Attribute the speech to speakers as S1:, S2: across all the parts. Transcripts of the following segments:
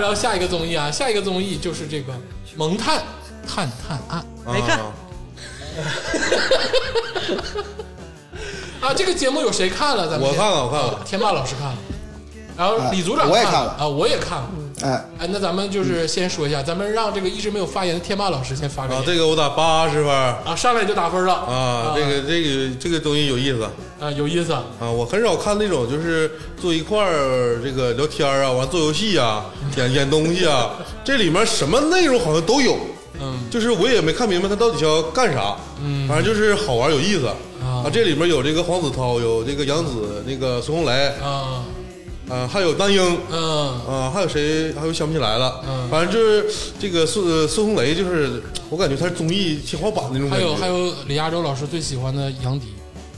S1: 有下一个综艺啊，下一个综艺就是这个《萌探探探案
S2: 没看
S3: 啊》
S1: 啊，这个节目有谁看了？咱们
S3: 我
S1: 先
S3: 看了，我看了，
S1: 天霸老师看了，然后李组长
S4: 啊我也
S1: 看
S4: 看了
S1: 啊，我也看了。
S3: 嗯
S4: 哎，
S1: 哎，那咱们就是先说一下，咱们让这个一直没有发言的天霸老师先发个
S3: 啊，
S1: 言
S3: 这个我打八十分儿
S1: 啊，上来就打分了
S3: 啊，这个这个这个东西有意思
S1: 啊，有意思啊
S3: 啊，我很少看那种就是坐一块儿这个聊天儿啊，完做游戏啊，演演东西啊，这里面什么内容好像都有，
S1: 嗯，
S3: 就是我也没看明白他到底想要干啥，嗯，反正就是好玩有意思
S1: 啊
S3: 这里面有这个黄子韬，有这个杨紫，那个孙红雷，
S1: 啊
S3: 啊，还有当英，
S1: 嗯
S3: 啊，还有谁？还有想不起来了。
S1: 嗯
S3: 反正就是这个孙孙红雷，就是我感觉他是综艺天花板那种
S1: 还
S3: 感觉。
S1: 有还有李亚洲老师最喜欢的杨迪，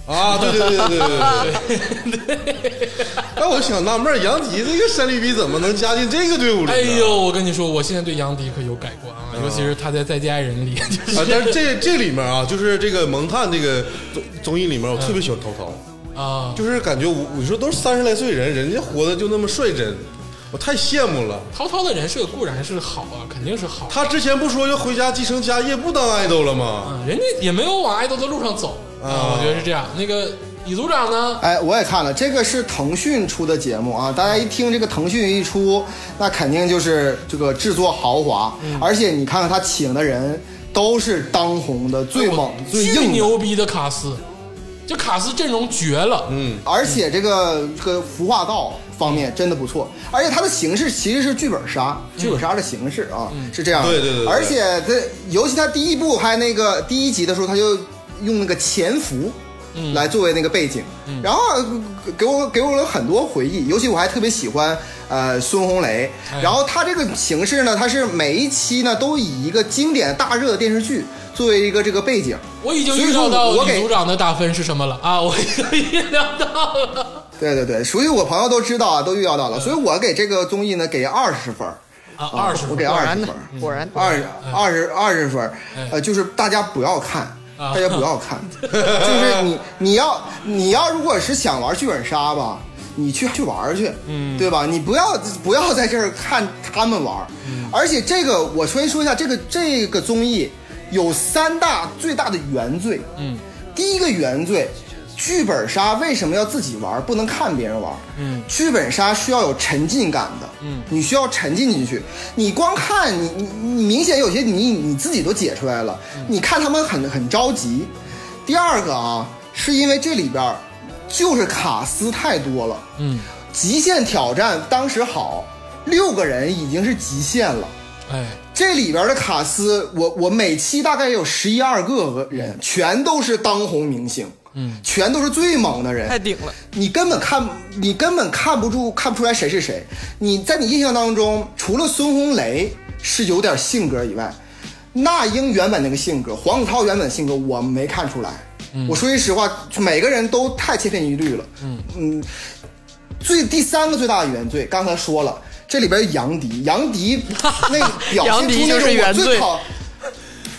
S3: 啊，对对对对对对 对。那我想纳闷儿，杨迪这个山驴逼怎么能加进这个队伍里呢？
S1: 哎呦，我跟你说，我现在对杨迪可有改观啊，尤其是他在《再见爱人》里，就是
S3: 啊！但是这这里面啊，就是这个蒙探这个综综艺里面，我特别喜欢涛涛，
S1: 啊，
S3: 就是感觉我你说都是三十来岁人，人家活的就那么率真，我太羡慕了。
S1: 涛涛的人设固然是好啊，肯定是好，
S3: 他之前不说要回家继承家业，不当爱豆了吗？
S1: 嗯，人家也没有往爱豆的路上走啊，
S3: 啊
S1: 我觉得是这样。那个李组长呢，
S4: 哎，我也看了，这个是腾讯出的节目啊。大家一听这个腾讯一出，那肯定就是这个制作豪华，而且你看看他请的人都是当红的、最猛、最
S1: 哎巨
S4: 硬的，
S1: 牛逼的卡斯，这卡斯阵容绝了，
S3: 嗯，
S4: 而且这个这个服化道方面真的不错，而且它的形式其实是剧本杀，
S1: 嗯
S4: 剧本杀的形式啊、是这样的。
S3: 对对对对
S4: 而且它尤其它第一部拍那个第一集的时候，他就用那个潜伏。
S1: 嗯
S4: 来作为那个背景，然后呃给我给我了很多回忆，尤其我还特别喜欢呃孙红雷，
S1: 哎
S4: 然后他这个形式呢，它是每一期呢都以一个经典大热的电视剧作为一个这个背景，
S1: 我已经
S4: 所以
S1: 预料
S4: 说
S1: 到
S4: 我
S1: 李
S4: 给
S1: 组长的打分是什么了啊！我已经预料到了
S4: 对对对，所以我朋友都知道啊，都预料到了，所以我给这个综艺呢给二十分儿
S1: 啊，二十
S4: 我给
S1: 分
S2: 果
S4: 二十
S2: 然
S4: 分
S2: 呢
S4: 儿，，
S2: 果然
S1: 哦
S4: 二十二十二十分儿
S1: 哎，
S4: 呃，就是大家不要看，
S1: 啊
S4: 大家不要看，就是你你要你要如果是想玩剧本杀吧，你去去玩儿去，嗯，对吧？你不要不要在这儿看他们玩儿，而且这个我先说一下，这个这个综艺有三大最大的原罪，嗯，第一个原罪。剧本杀为什么要自己玩儿，不能看别人玩？嗯，剧本杀需要有沉浸感的，嗯，你需要沉浸进去。你光看你你你明显有些你你自己都解出来了，你看他们很很着急。第二个啊，是因为这里边儿就是卡斯太多了，嗯，极限挑战当时好，六个人已经是极限了。
S1: 哎，
S4: 这里边的卡斯，我我每期大概有十一二个人，全都是当红明星，嗯，全都是最猛的人，
S2: 太顶了。
S4: 你根本看，你根本看不住，看不出来谁是谁。你在你印象当中，除了孙红雷是有点性格以外，那英原本那个性格，黄子韬原本性格，我没看出来。
S2: 嗯
S4: 我说句实话，每个人都太千篇一律了。嗯最第三个最大的原罪，刚才说了，这里边杨迪，杨迪那个 表
S2: 杨
S4: 现
S2: 迪
S4: 出那
S2: 就是
S4: 种我
S2: 原
S4: 最
S2: 罪
S4: 讨，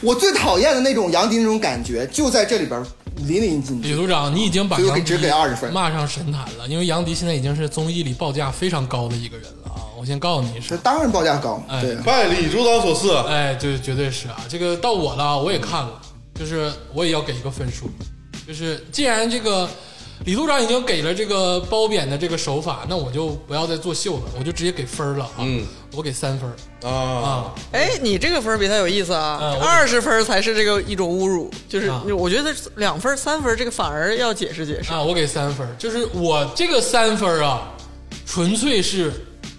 S4: 我最讨厌的那种杨迪那种感觉，就在这里边淋漓尽致。
S1: 李组长，你已经把
S4: 所以我
S1: 杨
S4: 给
S1: 迪
S4: 只给20分
S1: 骂上神坛了，因为杨迪现在已经是综艺里报价非常高的一个人了啊！我先告诉你
S4: 这
S1: 是，
S4: 当然报价高，
S1: 哎
S4: 对。
S3: 拜李组长所赐。
S1: 哎，对，绝对是啊！这个到我了，我也看了，就是我也要给一个分数，就是既然这个李组长已经给了这个褒贬的这个手法，那我就不要再作秀了，我就直接给分儿了啊！
S3: 嗯，
S1: 我给三分儿
S3: 啊
S1: 啊，
S2: 哎，你这个分儿比他有意思
S1: 嗯
S2: 啊！
S1: 我
S2: 二十分儿才是这个一种侮辱，就是
S1: 啊
S2: 我觉得两分儿、三分儿这个反而要解释解释。
S1: 啊，我给三分儿，就是我这个三分儿啊，纯粹是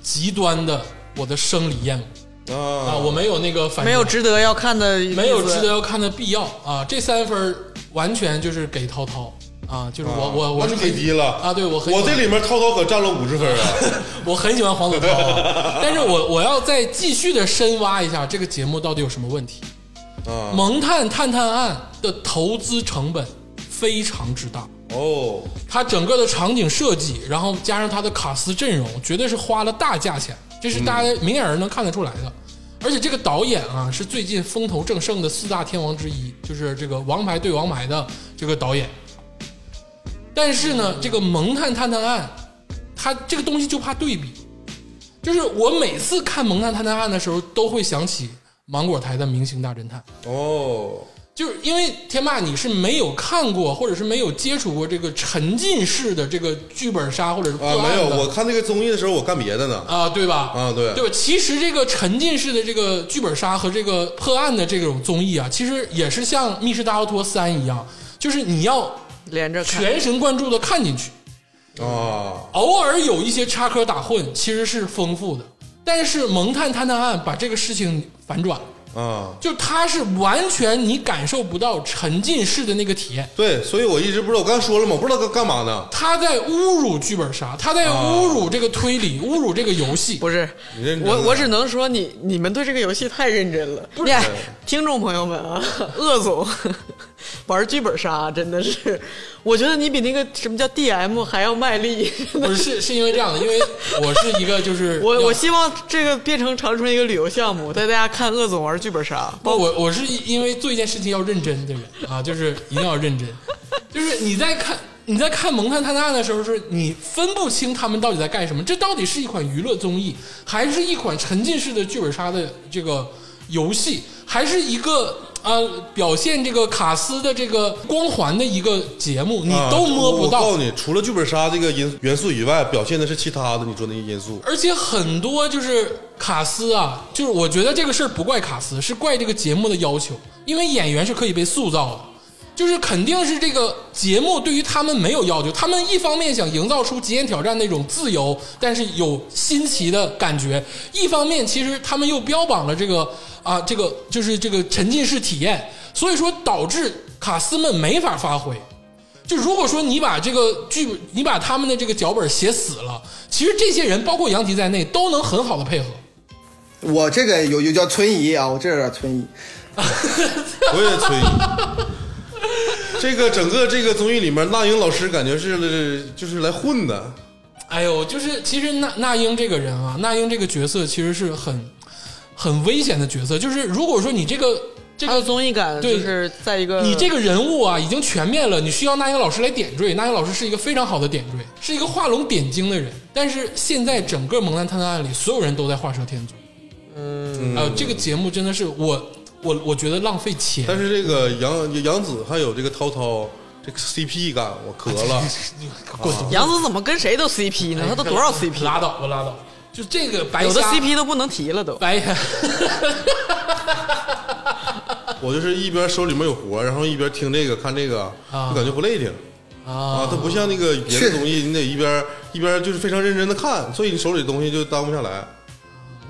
S1: 极端的我的生理厌恶啊，
S3: 啊！
S1: 我没有那个反
S2: 没有
S1: 应
S2: 值得要看的，
S1: 没有值得。要看的必要啊，这三分儿完全就是给涛涛啊，就是我、我我
S3: 那就是给低了
S1: 啊，对我很
S3: 我
S1: 喜
S3: 这
S1: 欢
S3: 里面涛涛可占了五十分 啊！
S1: 我很喜欢黄子韬、啊，但是我我要再继续的深挖一下这个节目到底有什么问题。
S3: 啊
S1: 蒙探探探案的投资成本非常之大，
S3: 哦，
S1: 它整个的场景设计，然后加上它的卡斯阵容，绝对是花了大价钱，这是大家明眼人能看得出来的。而且这个导演啊，是最近风头正盛的四大天王之一，就是这个《王牌对王牌》的这个导演。但是呢，这个《萌探探探案》，它这个东西就怕对比。就是我每次看《蒙探探探案》的时候，都会想起芒果台的《明星大侦探》，
S3: 哦，
S1: 就是因为天霸你是没有看过，或者是没有接触过这个沉浸式的这个剧本杀或者是破
S3: 啊，
S1: 案的
S3: 没有，我看那个综艺的时候，我干别的呢。
S1: 啊，对吧？
S3: 啊对
S1: 对吧？其实这个沉浸式的这个剧本杀和这个破案的这种综艺啊，其实也是像《密室大逃脱三》一样，就是你要
S2: 连着看，
S1: 全神贯注的看进去，
S3: 啊，
S1: 偶尔有一些插科打诨，其实是丰富的。但是《蒙探探探案》把这个事情反转了，
S3: 啊，
S1: 就它是完全你感受不到沉浸式的那个体验。
S3: 对，所以我一直不知道，我刚才说了嘛，我不知道干干嘛呢。
S1: 他在侮辱剧本杀，他在侮辱这个推理，侮辱这个游戏。
S2: 不是
S3: 你认真
S2: 啊我
S3: 啊
S2: 我只能说你你们对这个游戏太认真了。耶，听众朋友们啊，鄂总玩剧本杀啊真的是，我觉得你比那个什么叫 DM 还要卖力。
S1: 不是是是因为这样的，因为我是一个就是
S2: 我
S1: 要
S2: 我希望这个变成长春一个旅游项目，带大家看鄂总玩剧本杀。啊
S1: 不，我我是因为做一件事情要认真的人啊，就是一定要认真。就是你在看你在看《蒙探探案》的时候，是你分不清他们到底在干什么。这到底是一款娱乐综艺，还是一款沉浸式的剧本杀的这个游戏，还是一个呃表现这个卡斯的这个光环的一个节目？你
S3: 啊
S1: 都摸不
S3: 我告
S1: 到
S3: 诉。你，除了剧本杀这个因元素以外，表现的是其他的。你说那些因素，
S1: 而且很多就是卡斯啊，就是我觉得这个事儿不怪卡斯，是怪这个节目的要求，因为演员是可以被塑造的，就是肯定是这个节目对于他们没有要求，他们一方面想营造出《极限挑战》那种自由，但是有新奇的感觉，一方面其实他们又标榜了这个啊，这个就是这个沉浸式体验，所以说导致卡斯们没法发挥。就如果说你把这个剧本，你把他们的这个脚本写死了，其实这些人包括杨迪在内都能很好的配合。
S4: 我这个有有叫存疑啊，我这有点存疑。
S3: 我也催。 这个整个这个综艺里面，那英老师感觉是就是来混的，
S1: 哎呦，就是其实那那英这个人啊，那英这个角色其实是很很危险的角色。就是如果说你这个这
S2: 还有
S1: 个
S2: 综艺感，
S1: 对
S2: 就是在一个
S1: 你这个人物啊已经全面了，你需要那英老师来点缀。那英老师是一个非常好的点缀，是一个画龙点睛的人。但是现在整个《蒙难探探案》里，所有人都在画蛇添足。嗯，呃，这个节目真的是我我我觉得浪费钱。
S3: 但是这个杨杨紫还有这个涛涛，这个 CP 感我磕 了。
S1: 滚犊子
S2: 杨紫怎么跟谁都
S1: 哎
S2: CP 呢？他都多少 CP？
S1: 拉倒吧，拉倒。就这个白
S2: 有的
S1: 瞎
S2: CP 都不能提了都。
S1: 白 瞎，
S3: 我就是一边手里面有活，然后一边听这个看这个，
S1: 啊
S3: 就感觉不累挺 啊。它不像那个别的
S4: 是
S3: 综艺，你得一边一边就是非常认真的看，所以你手里的东西就耽误不下来。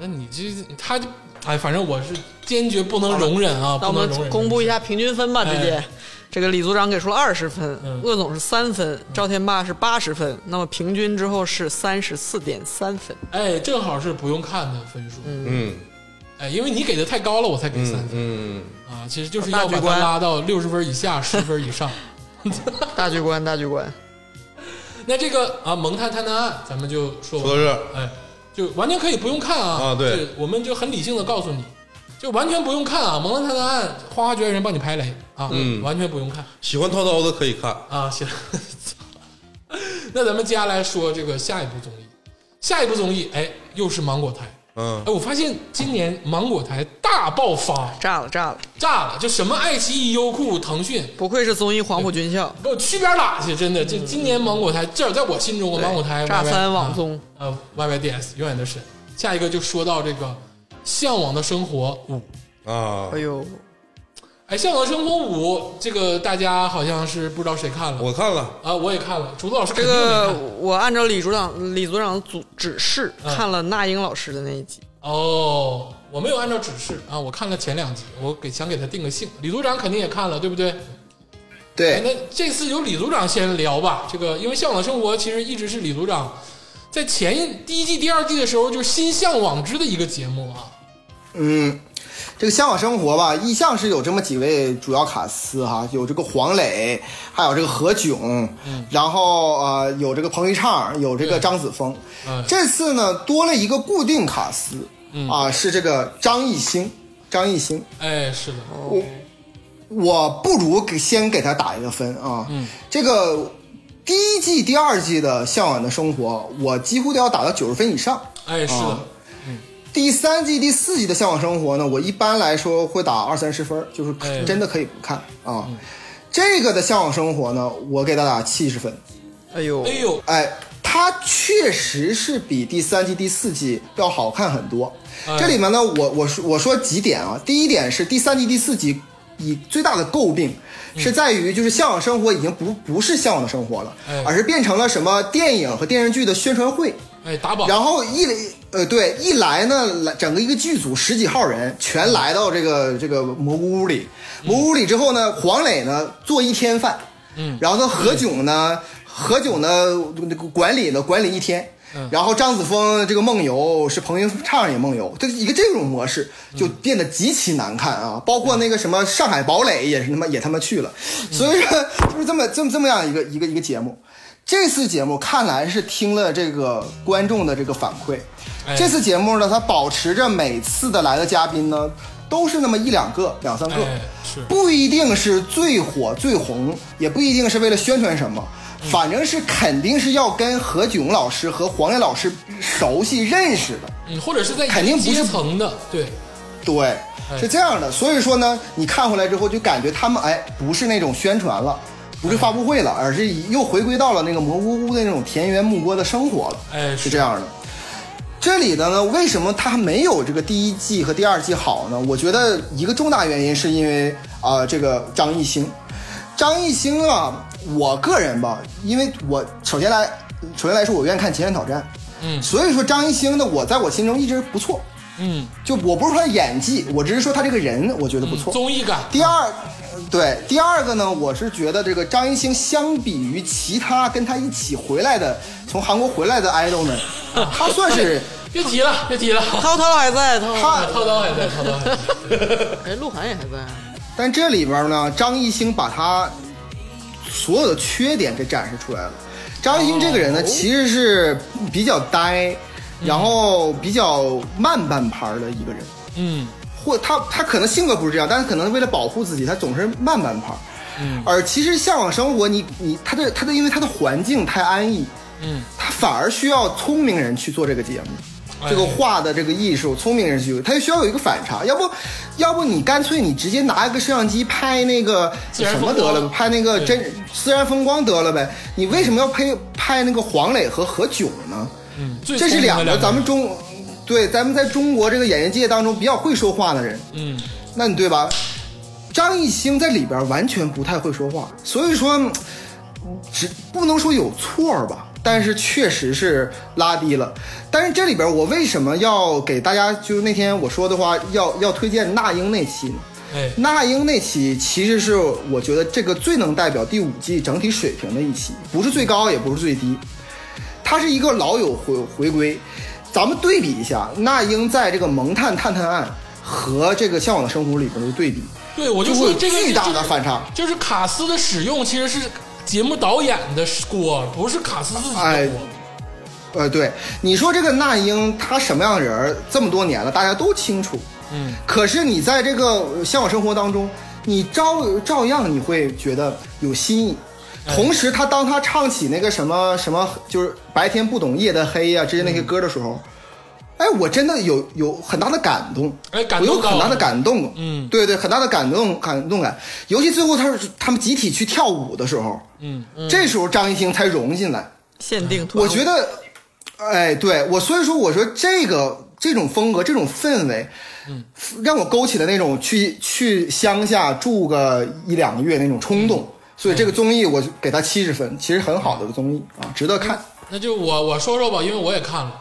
S1: 那你这他就哎，反正我是坚决不能容忍啊，
S2: 那
S1: 不
S2: 我
S1: 能容忍。
S2: 们公布一下平均分吧，直
S1: 哎
S2: 接。这个李组长给出了二十分
S1: 嗯，
S2: 鄂总是三分，赵天霸是八十分，那么平均之后是三十四点三分。
S1: 哎，正好是不用看的分数，
S3: 嗯
S1: 哎，因为你给的太高了，我才给三分、
S3: 嗯嗯，
S1: 啊。其实就是
S2: 大
S1: 要
S2: 局
S1: 把它
S2: 观
S1: 拉到六十分以下，十分以上。
S2: 大局观，大局观。
S1: 那这个啊，蒙探探探案，咱们就说完
S3: 说到这儿
S1: 哎，就完全可以不用看啊。
S3: 啊对
S1: 就我们就很理性的告诉你，就完全不用看啊，《蒙探探案》花花绝爱人帮你排雷啊，
S3: 嗯
S1: 完全不用看。
S3: 喜欢涛涛的可以看。
S1: 啊，行。 那咱们接下来说这个下一部综艺，下一部综艺，哎，又是芒果台。
S3: 嗯
S1: 哎，我发现今年芒果台大爆发，
S2: 炸了，炸了！
S1: 炸了！就什么爱奇艺、优酷、腾讯，
S2: 不愧是综艺黄埔军校，
S1: 给我去边儿拉去！真的，这今年芒果台，至少在我心中，我芒果台
S2: 嗯对炸
S1: YY
S2: 翻网综
S1: 啊呃，YYDS 永远的神。下一个就说到这个《向往的生活五》，
S3: 啊
S2: 哎，呦，
S1: 哎，《向往的生活五》这个大家好像是不知道谁看了
S3: 我看了，
S1: 啊，我也看了，竹子老师
S2: 这
S1: 肯定没看
S2: 个我按照李组长李组长的组指示
S1: 嗯
S2: 看了那英老师的那一集，
S1: 哦，我没有按照指示啊，我看了前两集，我给想给他定个性。李组长肯定也看了，对不对？哎
S4: 对，
S1: 那这次由李组长先聊吧。这个因为《向往的生活》其实一直是李组长在前一第一季、第二季的时候就是心向往之的一个节目啊。
S4: 嗯，这个向往生活吧，一向是有这么几位主要卡司哈，有这个黄磊，还有这个何炅，
S1: 嗯
S4: 然后呃有这个彭昱畅，有这个张子枫
S1: 嗯。
S4: 这次呢多了一个固定卡司
S1: 嗯
S4: 啊，是这个张艺兴，张艺兴。
S1: 哎，是的，
S4: 哦我不如给先给他打一个分啊。嗯，这个第一季、第二季的《向往的生活》，我几乎都要打到九十分以上。
S1: 哎，是
S4: 啊
S1: 的，
S4: 第三季、第四季的《向往生活》呢，我一般来说会打二三十分儿，就是
S1: 哎嗯
S4: 真的可以不看啊。这个的《向往生活》呢，我给它打七十分。
S2: 哎呦
S1: 哎，呦，
S4: 哎，它确实是比第三季、第四季要好看很多。
S1: 哎
S4: 这里面呢，我我说我说几点啊。第一点是第三季、第四季以最大的诟病
S1: 嗯
S4: 是在于，就是《向往生活》已经不不是《向往的生活》了
S1: 哎，
S4: 而是变成了什么电影和电视剧的宣传会。
S1: 哎，打榜，
S4: 然后一来呃对一来呢，来整个一个剧组十几号人全来到这个这个蘑菇屋里，蘑菇屋里之后呢，黄磊呢做一天饭，嗯，然后呢何炅呢何炅呢管理呢管理一天。然后张子枫这个梦游是彭昱畅也梦游，这一个这种模式就变得极其难看啊！包括那个什么上海堡垒也是他妈也他妈去了，所以说就是这么这么这么样一个一个一个节目。这次节目看来是听了这个观众的这个反馈，
S1: 哎
S4: 这次节目呢，它保持着每次的来的嘉宾呢，都是那么一两个、两三个，
S1: 哎，是，
S4: 不一定是最火最红，也不一定是为了宣传什么，
S1: 嗯
S4: 反正是肯定是要跟何炅老师和黄磊老师熟悉认识的，
S1: 嗯，或者是在一个
S4: 肯定不是
S1: 阶层的，对，
S4: 对
S1: 哎，
S4: 是这样的。所以说呢，你看回来之后就感觉他们哎，不是那种宣传了，不是发布会了，
S1: 哎
S4: 而是又回归到了那个蘑菇屋的那种田园牧歌的生活了。
S1: 哎，
S4: 是
S1: 是
S4: 这样的。这里的呢，为什么它没有这个第一季和第二季好呢？我觉得一个重大原因是因为啊、这个张艺兴，张艺兴啊，我个人吧，因为我首先来，首先来说，我愿意看《前线挑战》，
S1: 嗯
S4: 所以说张艺兴呢，我在我心中一直不错，
S1: 嗯，
S4: 就我不是说他演技，我只是说他这个人，我觉得不错。
S1: 综艺感，
S4: 第二，对第二个呢，我是觉得这个张艺兴相比于其他跟他一起回来的从韩国回来的 idol 们，他算是
S1: 别提了，别提了，
S2: 涛涛还在，涛涛，
S4: 他，
S1: 涛涛还在，涛涛还在，
S2: 哎，鹿晗也还在，
S4: 但这里边呢，张艺兴把他所有的缺点给展示出来了。张艺兴这个人呢，其实是比较呆，然后比较慢半拍儿的一个人。
S1: 嗯，
S4: 或他他可能性格不是这样，但是可能为了保护自己，他总是慢半拍。嗯，而其实向往生活，你你他的他的，因为他的环境太安逸，
S1: 嗯，
S4: 他反而需要聪明人去做这个节目，
S1: 哎
S4: 这个画的这个艺术，聪明人去，他需要有一个反差，要不要不你干脆你直接拿一个摄像机拍那个
S1: 自然
S4: 什
S1: 风
S4: 么
S1: 光
S4: 得了吧，拍那个
S1: 对
S4: 真自然风光得了呗，你为什么要拍拍那个黄磊和何炅呢？
S1: 嗯，最
S4: 这是
S1: 聪明的
S4: 两个
S1: 两
S4: 咱们中，对咱们在中国这个演艺界当中比较会说话的人，
S1: 嗯，
S4: 那你对吧？张艺兴在里边完全不太会说话，所以说，嗯只不能说有错儿吧，但是确实是拉低了。但是这里边我为什么要给大家，就是那天我说的话，要要推荐那英那期呢？
S1: 哎，
S4: 那英那期其实是我觉得这个最能代表第五季整体水平的一期，不是最高，也不是最低，它是一个老友回回归。咱们对比一下，那英在这个《萌探探探案》和这个《向往的生活》里边的对比，
S1: 对我就
S4: 会
S1: 说
S4: 有
S1: 这个
S4: 巨大的
S1: 就是
S4: 反差。
S1: 就是卡斯的使用其实是节目导演的锅，不是卡斯自己的
S4: 哎
S1: 锅。
S4: 呃，对，你说这个那英她什么样的人儿，这么多年了，大家都清楚。
S1: 嗯，
S4: 可是你在这个呃向往生活当中，你照照样你会觉得有新意。
S1: 哎
S4: 同时，他当他唱起那个什么什么，就是白天不懂夜的黑呀、之类那些歌的时
S1: 嗯
S4: 候，哎，我真的有有很大的感动，
S1: 哎感
S4: 我
S1: 动
S4: 有很大的感动，
S1: 嗯
S4: 对对，很大的感动感动感。尤其最后他是他们集体去跳舞的时候，
S1: 嗯，
S4: 这时候张艺兴才融进来，
S2: 限定团，
S4: 我觉得，哎，对我，所以说我说这个这种风格、这种氛围，嗯，让我勾起了那种去去乡下住个一两个月那种冲动。所以这个综艺我给他七十分，其实很好的综艺啊，值得看。
S1: 那就我我说说吧，因为我也看了。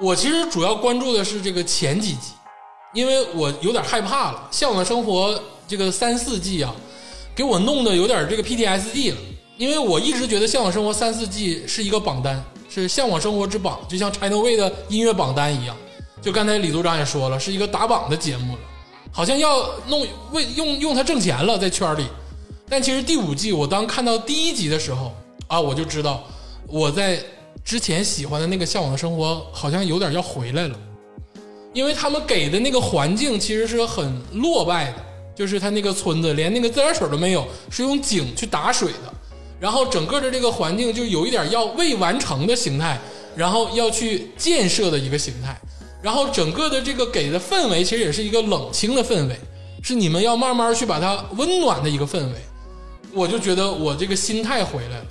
S1: 我其实主要关注的是这个前几集，因为我有点害怕了，《向往的生活》这个三四季啊，给我弄得有点这个 PTSD 了。因为我一直觉得《向往生活》三四季是一个榜单，是《向往生活之榜》，就像 China Way 的音乐榜单一样。就刚才李组长也说了，是一个打榜的节目了，好像要弄为用用它挣钱了，在圈里。但其实第五季，我当看到第一集的时候啊，我就知道我在之前喜欢的那个《向往的生活》好像有点要回来了，因为他们给的那个环境其实是很落败的，就是他那个村子连那个自来水都没有，是用井去打水的，然后整个的这个环境就有一点要未完成的形态然后要去建设的一个形态。然后整个的这个给的氛围其实也是一个冷清的氛围，是你们要慢慢去把它温暖的一个氛围。我就觉得我这个心态回来了。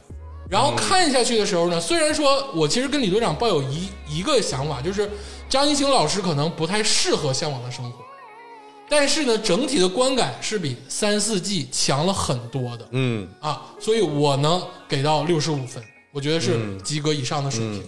S1: 然后看下去的时候呢，虽然说我其实跟李队长抱有一一个想法，就是张艺兴老师可能不太适合《向往的生活》，但是呢，整体的观感是比三四季强了很多的。
S3: 嗯，
S1: 啊，所以我呢给到六十五分，我觉得是及格以上的水平。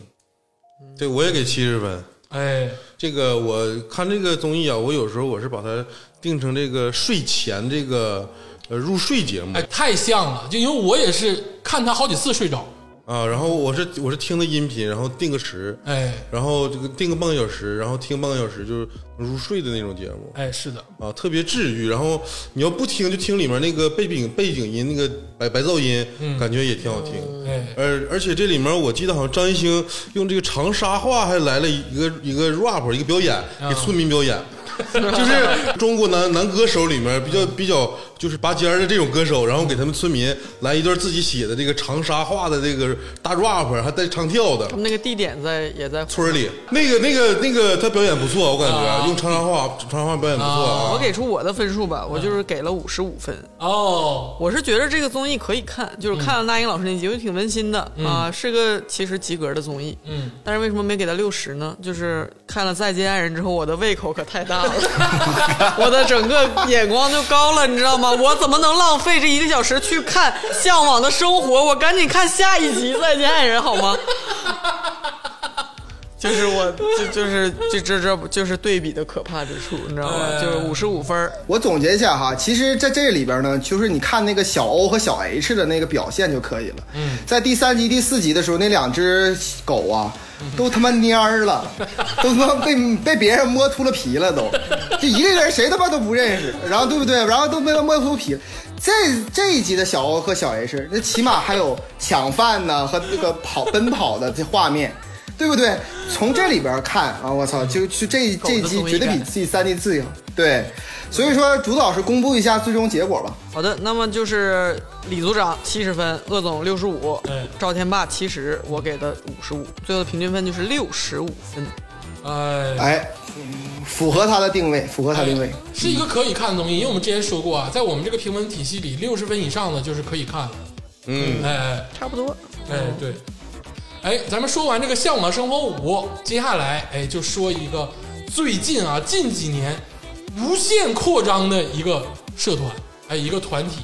S3: 对，我也给七十分。
S1: 哎，
S3: 这个我看这个综艺啊，我有时候我是把它定成这个睡前这个呃入睡节目
S1: 哎，太像了，就因为我也是看他好几次睡着。
S3: 啊，然后我是我是听的音频，然后定个时，
S1: 哎，
S3: 然后这个定个半个小时，然后听半个小时就是入睡的那种节目
S1: 哎，是的，
S3: 啊，特别治愈。然后你要不听就听里面那个背景背景音那个白白噪音，感觉也挺好听。
S1: 哎，
S3: 而而且这里面我记得好像张艺兴用这个长沙话还来了一个一个 rap 一个表演给村民表演， 就是中国男男歌手里面比较比较就是拔尖儿的这种歌手，然后给他们村民来一段自己写的这个长沙话的这个大 rap，还带唱跳的
S2: 他。们那个地点在也在。
S3: 村儿里那个那个那个他表演不错，我感觉、
S1: 啊
S3: 用长沙话长沙话表演不错啊。
S2: 我给出我的分数吧，我就是给了五十五分。
S1: 哦，
S2: 我是觉得这个综艺可以看，就是看了那英老师那集，我觉得挺温馨的、啊，是个其实及格的综艺。
S1: 嗯，
S2: 但是为什么没给他六十呢？就是看了《再见爱人》之后，我的胃口可太大了，我的整个眼光就高了，你知道吗？我怎么能浪费这一个小时去看《向往的生活》？我赶紧看下一集《再见爱人》好吗？就是我，就就是这这这不就是对比的可怕之处，你知道吗？就是五十五分儿
S4: 我总结一下哈，其实在这里边呢，就是你看那个小欧和小 H 的那个表现就可以了。嗯，在第三集、第四集的时候，那两只狗啊，都他妈蔫儿 了，都他妈被被别人摸秃了皮了 都，这一个人谁他妈都不认识，然后对不对？然后都被他摸秃皮了。这这一集的小欧和小 H，那起码还有抢饭呢和那个跑奔跑的这画面。对不对？从这里边看啊，我操，就就这这一
S2: 狗的
S4: 季
S2: 综艺
S4: 绝对比
S2: 感
S4: 自己三 D 自由。对，所以说主导是公布一下最终结果吧。
S2: 好的，那么就是李组长七十分，鄂总六十五
S1: 哎，
S2: 赵天霸七十，我给的五十五，最后的平均分就是六十五分。
S1: 哎，
S4: 哎，符合他的定位，符合他定位。
S1: 是一个可以看的东西，因为我们之前说过啊，在我们这个评分体系里，六十分以上的就是可以看的。
S3: 嗯，
S1: 哎哎
S2: 差不多，
S1: 哎，对，哎，咱们说完这个《向往的生活五》，接下来哎就说一个最近啊近几年无限扩张的一个社团，哎，一个团体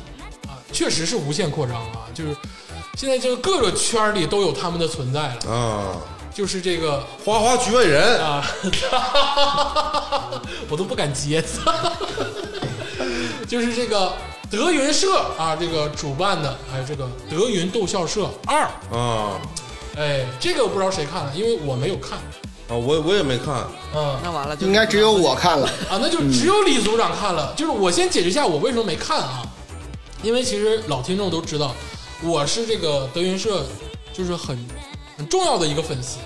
S1: 啊，确实是无限扩张啊，就是现在这个各个圈儿里都有他们的存在了，
S3: 啊，
S1: 就是这个
S3: 花花局外人，
S1: 啊，我都不敢接， 就是这个德云社啊，这个主办的，还有这个德云逗笑社二，
S3: 啊
S1: 哎，这个我不知道谁看了，因为我没有看，
S3: 啊，我我也没看，
S1: 嗯
S2: 那完了就
S4: 应该只有我看了，
S1: 啊，那就只有李组长看了。就是我先解释一下我为什么没看啊，因为其实老听众都知道，我是这个德云社就是很很重要的一个粉丝，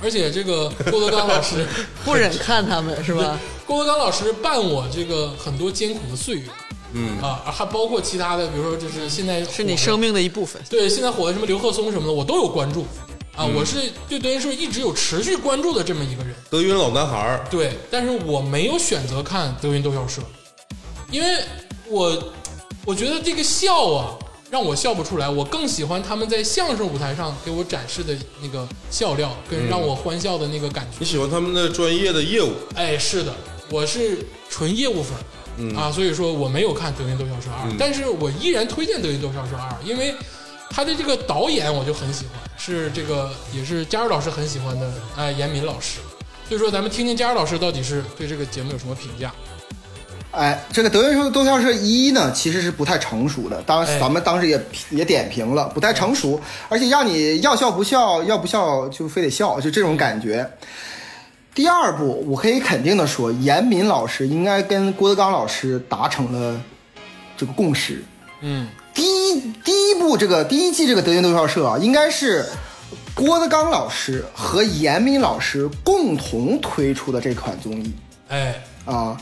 S1: 而且这个郭德纲老师。
S2: 不忍看他们是吧？
S1: 郭德纲老师伴我这个很多艰苦的岁月，嗯啊，还包括其他的，比如说就是现在
S2: 是你
S1: 火的
S2: 生命的一部分。
S1: 对现在火的什么刘鹤松什么的，我都有关注啊，我是对德云社一直有持续关注的这么一个人，
S3: 德云老男孩儿
S1: 对，但是我没有选择看德云逗笑社，因为我我觉得这个笑啊。让我笑不出来，我更喜欢他们在相声舞台上给我展示的那个笑料，跟让我欢笑的那个感觉。
S3: 你喜欢他们的专业的业务，
S1: 哎，是的，我是纯业务粉、
S4: 嗯
S1: 啊，所以说我没有看《德云逗笑社二》，但是我依然推荐《德云逗笑社二》，因为他的这个导演我就很喜欢，是这个也是佳儿老师很喜欢的，哎，严敏老师。所以说，咱们听听佳儿老师到底是对这个节目有什么评价？
S4: 哎，这个德云社逗笑社一呢，其实是不太成熟的，当
S1: 哎
S4: 咱们当时也也点评了，不太成熟，而且让你要笑不笑，要不笑就非得笑，就这种感觉。第二部，我可以肯定的说，严敏老师应该跟郭德纲老师达成了这个共识。
S1: 嗯，
S4: 第一第一部这个第一季这个德云逗笑社啊，应该是郭德纲老师和严敏老师共同推出的这款综艺。
S1: 哎，
S4: 啊。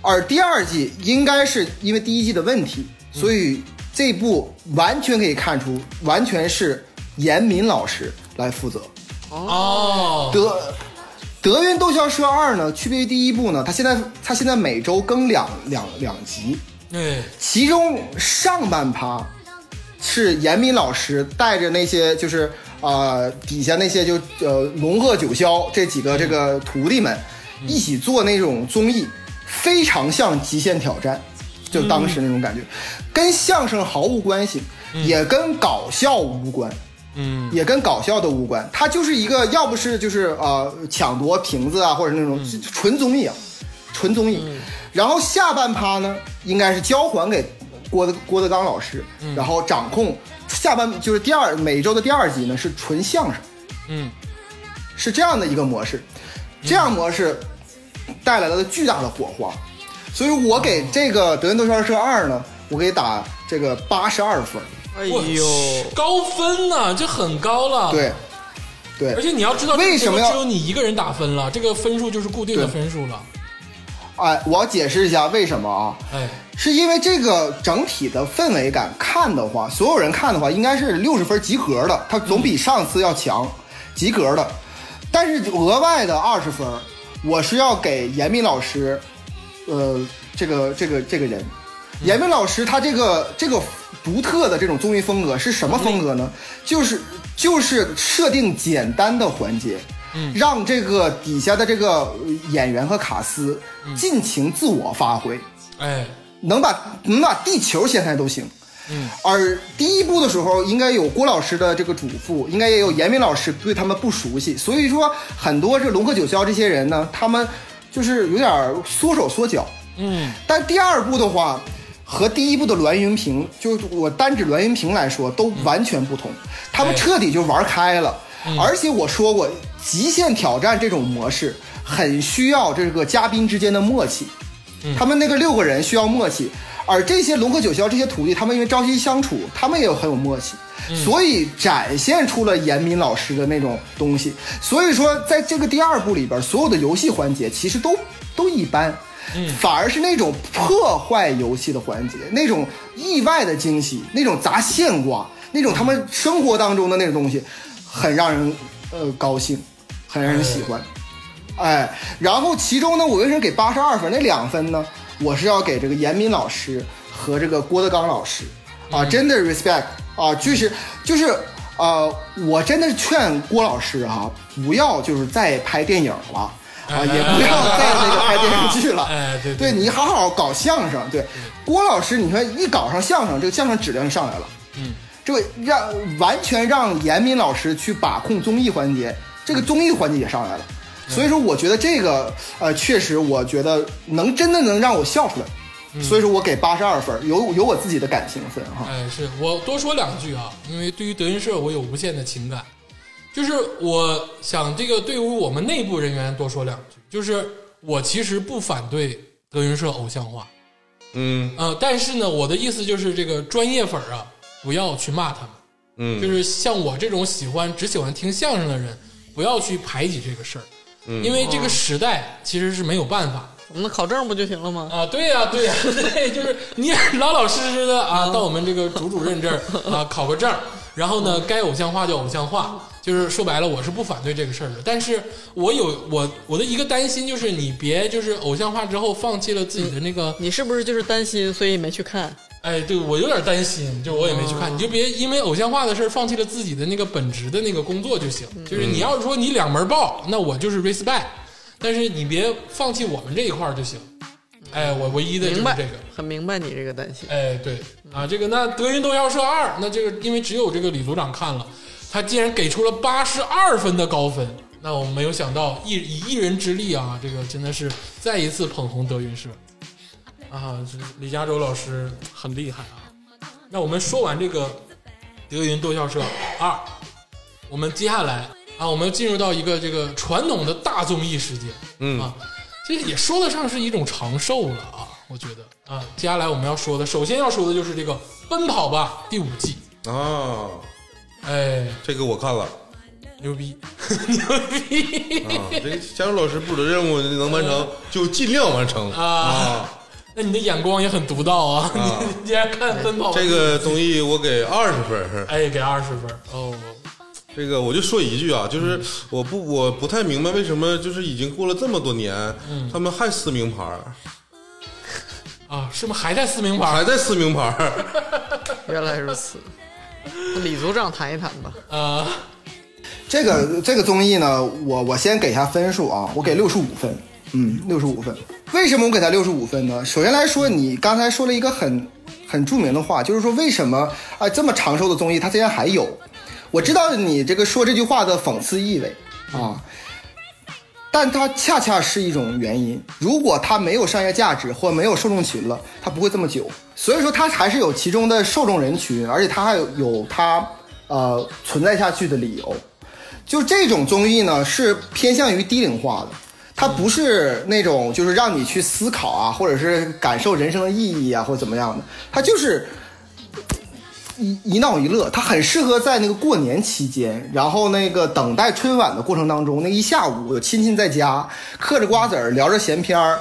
S4: 而第二季应该是因为第一季的问题，所以这部完全可以看出，完全是严敏老师来负责。
S1: 哦，
S4: 德德云逗笑社二呢，区别于第一部呢，它现在它现在每周更两两两集，
S1: 对，
S4: 其中上半趴是严敏老师带着那些就是呃底下那些就呃龙鹤九霄这几个这个徒弟们一起做那种综艺，非常像《极限挑战》，就当时那种感觉，跟相声毫无关系，也跟搞笑无关。
S1: 嗯，
S4: 也跟搞笑都无关，它就是一个要不是就是呃抢夺瓶子啊，或者那种纯综艺啊，纯综艺。
S1: 嗯
S4: 然后下半趴呢，应该是交还给郭德郭德纲老师，
S1: 嗯
S4: 然后掌控下半就是第二每周的第二集呢是纯相声，
S1: 嗯，
S4: 是这样的一个模式，这样模式
S1: 嗯
S4: 带来了巨大的火花，所以我给这个《德云斗笑社二》呢，我给打这个八十二分，
S2: 哎
S1: 我
S2: 呦，
S1: 高分呢、这很高了。，
S4: 对，对
S1: 啊而，且你要知道，
S4: 为什么要
S1: 这个只有你一个人打分了？这个分数就是固定的
S4: 对
S1: 分数了。
S4: 哎，我要解释一下为什么啊。
S1: 哎，
S4: 是因为这个整体的氛围感，看的话，所有人看的话，应该是六十分及格的，它总比上次要强，及格的。但是额外的二十分，我是要给严敏老师，呃，这个这个这个人，严敏老师他这个这个独特的这种综艺风格是什么风格呢？就是就是设定简单的环节。让这个底下的这个呃演员和卡司尽情自我发挥，
S1: 哎，
S4: 能把能把地球掀开都行。嗯，而第一部的时候，应该有郭老师的这个嘱咐，应该也有严明老师对他们不熟悉，所以说很多这龙鹤九霄这些人呢，他们就是有点缩手缩脚。
S1: 嗯，
S4: 但第二部的话，和第一部的栾云平，就是我单指栾云平来说，都完全不同。他们彻底就玩开了，而且我说过，极限挑战这种模式很需要这个嘉宾之间的默契。他们那个六个人需要默契，而这些龙和九霄这些徒弟，他们因为朝夕相处，他们也有很有默契，所以展现出了严敏老师的那种东西。所以说，在这个第二部里边，所有的游戏环节其实都都一般。反而是那种破坏游戏的环节，那种意外的惊喜，那种砸线瓜，那种他们生活当中的那种东西，很让人呃高兴，很让人喜欢。哎，然后其中呢，我为什么给八十二分？那两分呢，我是要给这个严敏老师和这个郭德纲老师啊，真的 respect 啊，就是就是呃，我真的是劝郭老师哈、不要就是再拍电影了啊，也不要再那个拍电视剧了。
S1: 哎对对
S4: 对你好好搞相声。对，郭老师，你看一搞上相声，这个相声质量就上来了。这个让完全让严敏老师去把控综艺环节，这个综艺环节也上来了。所以说，我觉得这个呃，确实我觉得能真的能让我笑出来。所以说我给八十二分，有有我自己的感情分哈。
S1: 哎，是我多说两句啊，因为对于德云社我有无限的情感，就是我想这个对于我们内部人员多说两句，就是我其实不反对德云社偶像化，
S3: 嗯
S1: 呃，但是呢，我的意思就是这个专业粉儿啊，不要去骂他们，
S3: 嗯，
S1: 就是像我这种喜欢只喜欢听相声的人，不要去排挤这个事儿，因为这个时代其实是没有办法的。
S2: 我们考证不就行了吗？
S1: 啊，对呀、对呀、 对，就是你也老老实实的啊，到我们这个主主任这儿啊，考个证儿，然后呢，该偶像化就偶像化，就是说白了，我是不反对这个事儿的，但是我有我我的一个担心就是，你别就是偶像化之后放弃了自己的那个，
S2: 你是不是就是担心，所以没去看？
S1: 哎，对我有点担心，就我也没去看，你就别因为偶像化的事儿放弃了自己的那个本职的那个工作就行，
S2: 嗯
S1: 就是你要是说你两门报，那我就是 respect，但是你别放弃我们这一块儿就行，哎，我唯一的就是
S2: 明白
S1: 这个。
S2: 很明白你这个担心。
S1: 哎，对啊，这个那《德云斗笑社二》，那这个因为只有这个李组长看了，他竟然给出了八十二分的高分，那我们没有想到一以一人之力啊，这个真的是再一次捧红德云社啊！这李嘉洲老师很厉害啊。那我们说完这个《德云斗笑社二》，我们接下来啊，我们进入到一个这个传统的大综艺时间，
S3: 嗯
S1: 啊，这也说得上是一种长寿了啊，我觉得啊，接下来我们要说的，首先要说的就是这个《奔跑吧》第五季，
S3: 啊，
S1: 哎，
S3: 这个我看了
S1: 牛逼，牛逼
S3: 啊，这个佳茹老师布置的任务能完成就尽量完成
S1: 啊！那你的眼光也很独到啊，
S3: 啊
S1: 你竟然看《奔跑吧》
S3: 这个综艺我给二十分儿，
S1: 哎，给二十分哦，
S3: 这个我就说一句啊，
S1: 嗯
S3: 就是我不我不太明白为什么就是已经过了这么多年，
S1: 嗯
S3: 他们还撕名牌儿，
S1: 啊，是吗？还在撕名牌
S3: 还
S1: 儿？
S3: 在撕名牌儿。
S2: 原来如 此。那李组长谈一谈吧，
S1: 呃，
S4: 这个这个综艺呢，我我先给一下分数啊，我给六十五分，嗯，六十五分。为什么我给他六十五分呢？首先来说，你刚才说了一个很很著名的话，就是说为什么啊、这么长寿的综艺它竟然还有？我知道你这个说这句话的讽刺意味啊，但它恰恰是一种原因。如果它没有商业价值或没有受众群了，它不会这么久。所以说，它还是有其中的受众人群，而且它还有有它呃存在下去的理由。就这种综艺呢，是偏向于低龄化的，它不是那种就是让你去思考啊，或者是感受人生的意义啊，或者怎么样的，它就是一一闹一乐，它很适合在那个过年期间，然后那个等待春晚的过程当中，那一下午有亲戚在家嗑着瓜子儿聊着闲篇儿，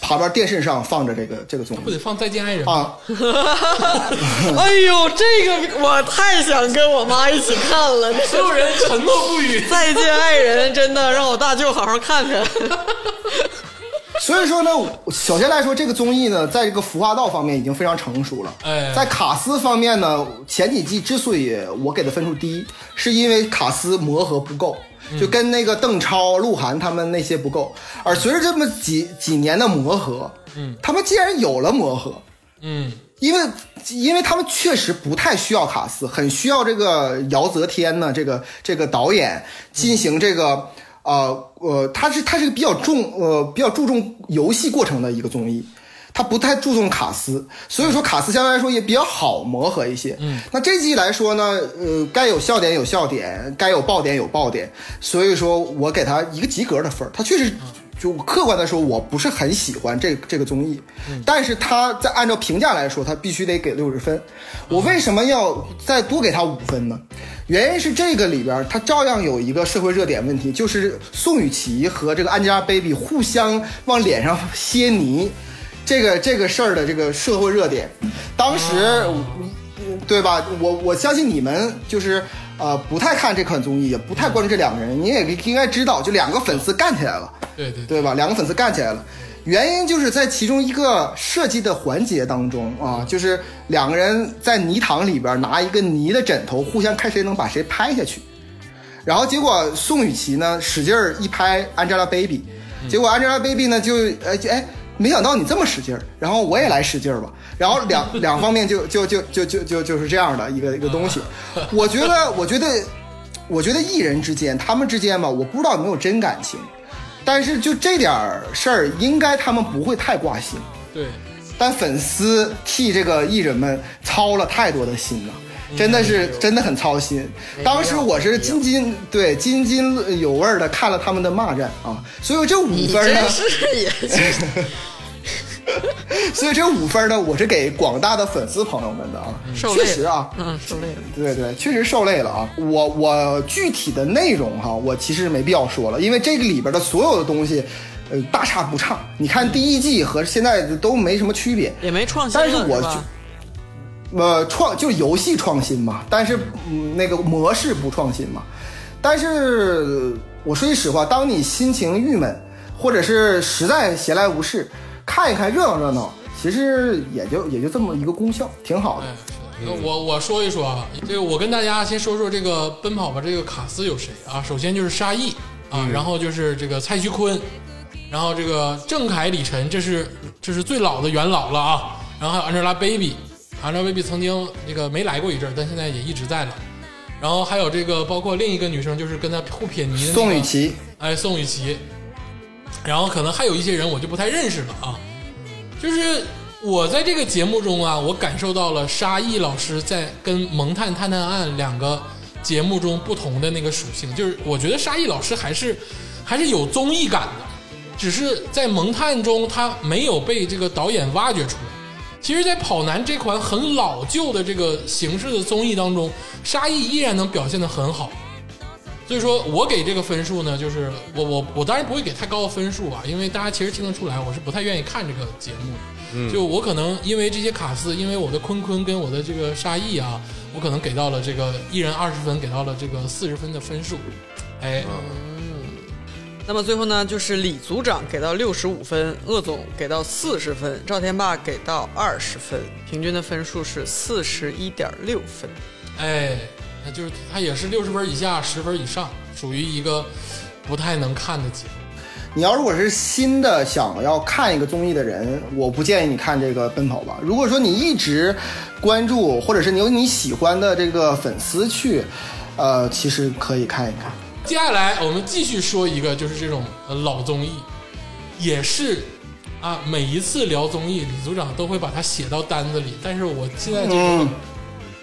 S4: 旁边电视上放着这个这个综
S1: 不
S4: 艺
S1: 得放《再见爱人》吗？
S4: 啊，
S2: 哎呦，这个我太想跟我妈一起看了。。
S1: 所有人沉默不语
S2: 再见爱人，真的让我大舅好好看 看。
S4: 所以说呢，首先来说，这个综艺呢，在这个服化道方面已经非常成熟了。
S1: 哎
S4: 在卡斯方面呢，前几季之所以我给的分数低，是因为卡斯磨合不够，
S1: 嗯
S4: 就跟那个邓超、鹿晗他们那些不够。而随着这么几几年的磨合，嗯，他们既然有了磨合，
S1: 嗯，
S4: 因为因为他们确实不太需要卡斯，很需要这个姚泽天呢，这个这个导演进行这个。呃呃，他是他是比较重呃比较注重游戏过程的一个综艺，他不太注重卡斯，所以说卡斯相对来说也比较好磨合一些。嗯，那这季来说呢，呃，该有笑点有笑点，该有爆点有爆点，所以说我给他一个及格的分儿，他确实就客观的说，我不是很喜欢这这个综艺，但是他在按照评价来说，他必须得给六十分。我为什么要再多给他五分呢？原因是这个里边儿它照样有一个社会热点问题，就是宋雨琦和这个 Angelababy 互相往脸上歇泥，这个这个事儿的这个社会热点。当时对吧？我我相信你们就是呃不太看这款综艺，也不太关注这两个人，你也应该知道，就两个粉丝干起来了，
S1: 对对对，
S4: 对吧？两个粉丝干起来了，原因就是在其中一个设计的环节当中
S1: 嗯
S4: 啊，就是两个人在泥塘里边拿一个泥的枕头，互相看谁能把谁拍下去。然后结果宋雨琦呢使劲儿一拍 Angelababy，结
S1: 嗯
S4: 果 Angelababy 呢就哎就哎没想到你这么使劲儿，然后我也来使劲儿吧，然后两 两方面就就就就就就就是这样的一个一个东西，我觉得我觉得我觉得艺人之间他们之间吧，我不知道有没有真感情，但是就这点儿事儿，应该他们不会太挂心。
S1: 对，
S4: 但粉丝替这个艺人们操了太多的心了。真的
S2: 嗯
S4: 是真的很操心，当时我是津津对津津有味的看了他们的骂战啊，所以这五
S2: 你
S4: 分呢
S2: 真，是也
S4: 所以这五分呢，我是给广大的粉丝朋友们的啊，
S2: 受累
S4: 确
S2: 了
S4: 实啊，
S2: 嗯，受累了。
S4: 对对，确实受累了啊。我我具体的内容哈、我其实没必要说了，因为这个里边的所有的东西，呃，大差不差。你看第一季和现在都没什么区别，
S2: 也没创新
S4: 但是
S2: 了，
S4: 我
S2: 吧
S4: 就呃创就是游戏创新嘛，但是、嗯、那个模式不创新嘛。但是我说句实话，当你心情郁闷，或者是实在闲来无事，看一看热闹热闹，其实也就也就这么一个功效，挺好的
S1: 哎。，是的我我说一说啊，这个我跟大家先说说这个《奔跑吧》这个卡斯有谁啊？首先就是沙溢啊，
S4: 嗯
S1: 然后就是这个蔡徐坤，然后这个郑恺、李晨，这是这是最老的元老了啊。然后还有 Angelababy。Angelababy 曾经那个没来过一阵儿，但现在也一直在了。然后还有这个，包括另一个女生，就是跟他互撇泥的、那个、
S4: 宋雨琦，
S1: 哎，宋雨琦，然后可能还有一些人我就不太认识了啊。就是我在这个节目中啊，我感受到了沙溢老师在跟《萌探探探案》两个节目中不同的那个属性，就是我觉得沙溢老师还是还是有综艺感的，只是在《萌探》中他没有被这个导演挖掘出来。其实，在《跑男》这款很老旧的这个形式的综艺当中，沙溢依然能表现得很好。所以说我给这个分数呢，就是我我我当然不会给太高的分数啊，因为大家其实听得出来，我是不太愿意看这个节目的。就我可能因为这些卡司，因为我的坤坤跟我的这个沙溢啊，我可能给到了这个一人二十分，给到了这个四十分的分数。哎，
S2: 那么最后呢，就是李组长给到六十五分，鄂总给到四十分，赵天霸给到二十分，平均的分数是四十一点六分。
S1: 哎，那就是它也是六十分以下，十分以上，属于一个不太能看的节目。
S4: 你要如果是新的想要看一个综艺的人，我不建议你看这个《奔跑吧》。如果说你一直关注，或者是你有你喜欢的这个粉丝去，呃，其实可以看一看。
S1: 接下来我们继续说一个，就是这种呃老综艺，也是啊，每一次聊综艺，李组长都会把它写到单子里，但是我现在就
S4: 嗯，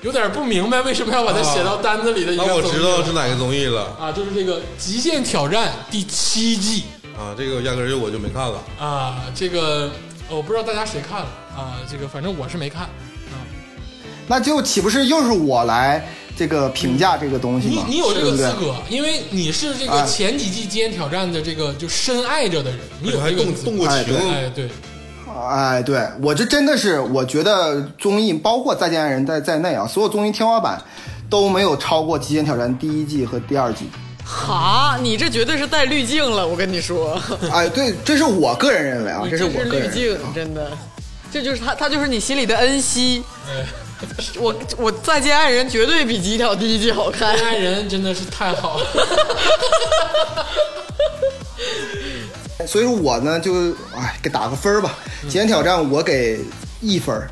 S1: 有点不明白为什么要把它写到单子里的一个
S3: 那
S1: 综艺
S3: 我
S1: 了。
S3: 知道是哪个综艺了
S1: 啊，就是这个《极限挑战》第七季
S3: 啊，这个压根儿就我就没看了。
S1: 啊，这个我不知道大家谁看了啊，这个反正我是没看啊。
S4: 那就岂不是又是我来这个评价这个东西
S1: 你
S4: 吗？
S1: 嗯你有这个
S4: 对不对
S1: 资格，因为你是这
S3: 啊
S1: 个
S4: 哎
S1: 前几季《极限挑战》的这个就深爱着的人，你有
S3: 还
S1: 这个
S3: 动
S1: 资格
S3: 动过
S4: 哎
S3: 情
S4: 对，
S1: 哎，对，
S4: 哎，对我这真的是，我觉得综艺包括《再见爱人》在在内啊，所有综艺天花板都没有超过《极限挑战》第一季和第二季。
S2: 哈，你这绝对是带滤镜了，我跟你说，
S4: 哎，对，这是我个人认为啊，
S2: 你
S4: 这是
S2: 是
S4: 我个
S2: 滤
S4: 人啊认为。
S2: 镜，真的，这就是他，他就是你心里的恩熙。
S1: 哎，
S2: 我我再见爱人绝对比《极挑》第一季好看
S1: 《爱人》真的是太好了。
S4: 所以说我呢就哎给打个分儿吧，《极限挑战》我给一分儿。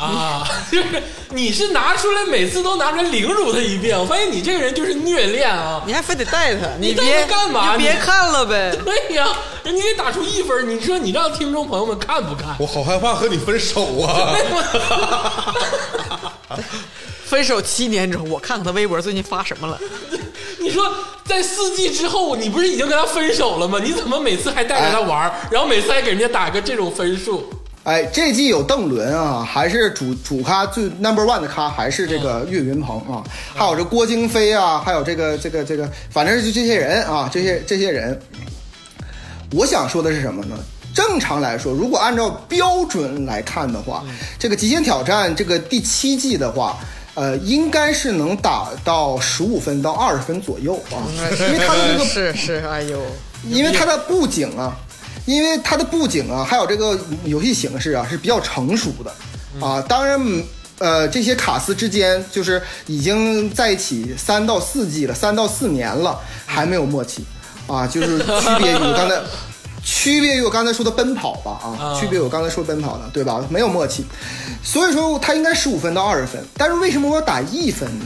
S1: 啊，就是你是拿出来每次都拿出来凌辱他一遍，我发现你这个人就是虐恋啊。
S2: 你还非得带他，
S1: 你带
S2: 别
S1: 他干嘛
S2: 你
S1: 你
S2: 别看了呗。
S1: 对呀、啊人家给打出一分，你说你让听众朋友们看不看？
S3: 我好害怕和你分手啊！
S2: 分手七年之后，我看看他微博最近发什么了。
S1: 你说在四季之后，你不是已经跟他分手了吗？你怎么每次还带着他玩 儿，然后每次还给人家打个这种分数？
S4: 哎，这季有邓伦啊，还是主主咖最 number one 的咖，还是这个岳云鹏啊，还有这郭京飞啊，还有这个这个这个，反正就这些人啊，这些这些人。我想说的是什么呢？正常来说，如果按照标准来看的话，这个《极限挑战》这个第七季的话，呃，应该是能打到十五分到二十分左右啊，
S2: 嗯
S4: 因为它的这个
S2: 是是，哎呦，
S4: 因为它的布景啊，因为它的布景啊，还有这个游戏形式啊，是比较成熟的啊。当然，呃，这些卡司之间就是已经在一起三到四季了，三到四年了，还没有默契啊，就是区别于我刚才。区别于我刚才说的奔跑吧啊，
S1: 啊
S4: 区别于我刚才说的奔跑了，对吧？没有默契，所以说它应该十五分到二十分。但是为什么我打一分呢？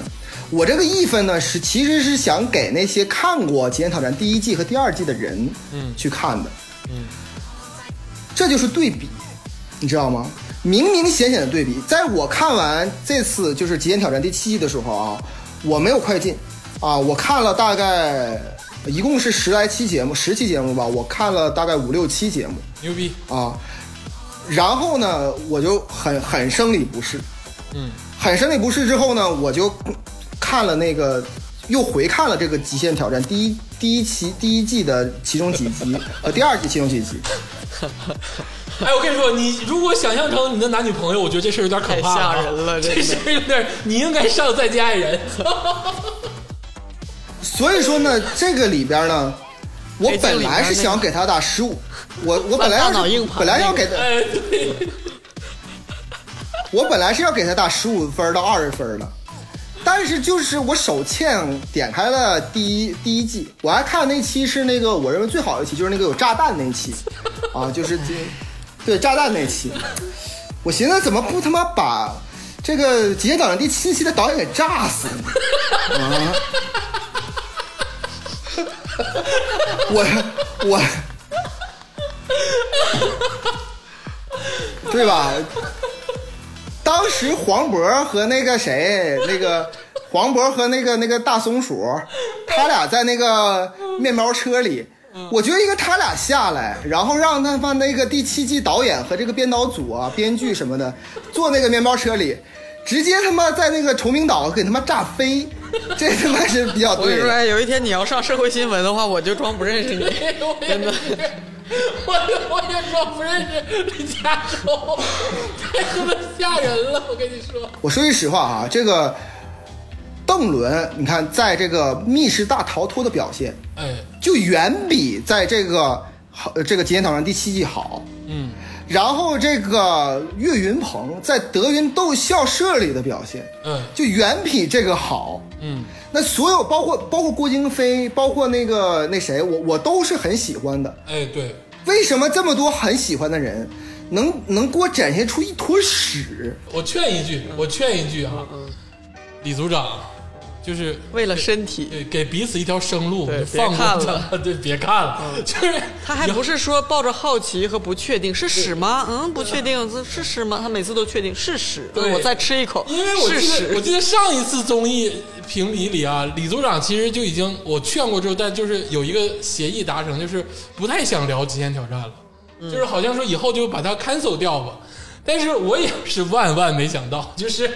S4: 我这个一分呢是其实是想给那些看过《极限挑战》第一季和第二季的人，嗯，去看的，嗯，这就是对比，你知道吗？明明显显的对比，在我看完这次就是《极限挑战》第七季的时候啊，我没有快进，啊，我看了大概一共是十来期节目，十期节目吧，我看了大概五六期节目，
S1: 牛逼！
S4: 啊，然后呢，我就很很生理不适，
S1: 嗯，
S4: 很生理不适之后呢，我就看了那个，又回看了这个《极限挑战》第一第一期第一季的其中几集，呃，第二季其中几集，
S1: 哎，我跟你说，你如果想象成你的男女朋友，我觉得这事儿有点可怕、啊，
S2: 太吓人了真
S1: 这
S2: 的
S1: 事儿有点，你应该上《再见爱 人》
S4: 所以说呢，这个里边呢。我
S2: 哎这
S4: 本
S2: 里
S4: 来
S2: 边
S4: 是
S2: 那
S4: 想给他打十五，我我本来
S2: 大
S4: 要
S2: 脑硬
S4: 是
S2: 盘
S4: 本来要
S2: 那
S4: 给他，
S1: 哎，对，
S4: 我本来是要给他打十五分到二十分的，但是就是我手欠点开了第一第一季，我还看那期是那个我认为最好的一期，就是那个有炸弹那一期，啊，就是这对炸弹那期，我寻思怎么不他妈把这个《极限挑战》第七期的导演给炸死呢？啊！我我，对吧？当时黄渤和那个谁，那个黄渤和那个那个大松鼠，他俩在那个面包车里，
S2: 嗯
S4: 我觉得应该他俩下来，然后让他把那个第七季导演和这个编导组啊、编剧什么的坐那个面包车里，直接他妈在那个崇明岛给他妈炸飞。这他妈是比较
S2: 我跟
S4: 对
S2: 你说，
S4: 的。
S2: 哎，有一天你要上社会新闻的话，我就装不认识你。
S1: 我也是， 我我也说不认识李佳州，太他妈吓人了！我跟你说，
S4: 我说句实话哈、这个邓伦，你看在这个密室大逃脱的表现，
S1: 哎，
S4: 就远比在这个好呃这个《极限挑战》第七季好。
S1: 嗯，
S4: 然后这个岳云鹏在德云逗笑社里的表现，
S1: 嗯
S4: 就远比这个好。
S1: 嗯，
S4: 那所有包括包括郭京飞，包括那个那谁，我我都是很喜欢的。
S1: 哎，对，
S4: 为什么这么多很喜欢的人，能能给我展现出一坨屎？
S1: 我劝一句，我劝一句啊，李组长，就是
S2: 为了身体，
S1: 对给彼此一条生路，
S2: 对
S1: 就放过
S2: 别看
S1: 他， 对，别看了，就是
S2: 他还
S1: 以后
S2: 不是说抱着好奇和不确定是屎吗？嗯，不确定这是屎吗？他每次都确定是屎，
S1: 对
S2: 嗯我再吃一口，
S1: 因为我
S2: 是
S1: 记得，我
S2: 屎。
S1: 记得上一次综艺评比里啊，李组长其实就已经我劝过之后，但就是有一个协议达成，就是不太想聊极限挑战了，
S2: 嗯
S1: 就是好像说以后就把它 cancel 掉吧。但是我也是万万没想到， 就是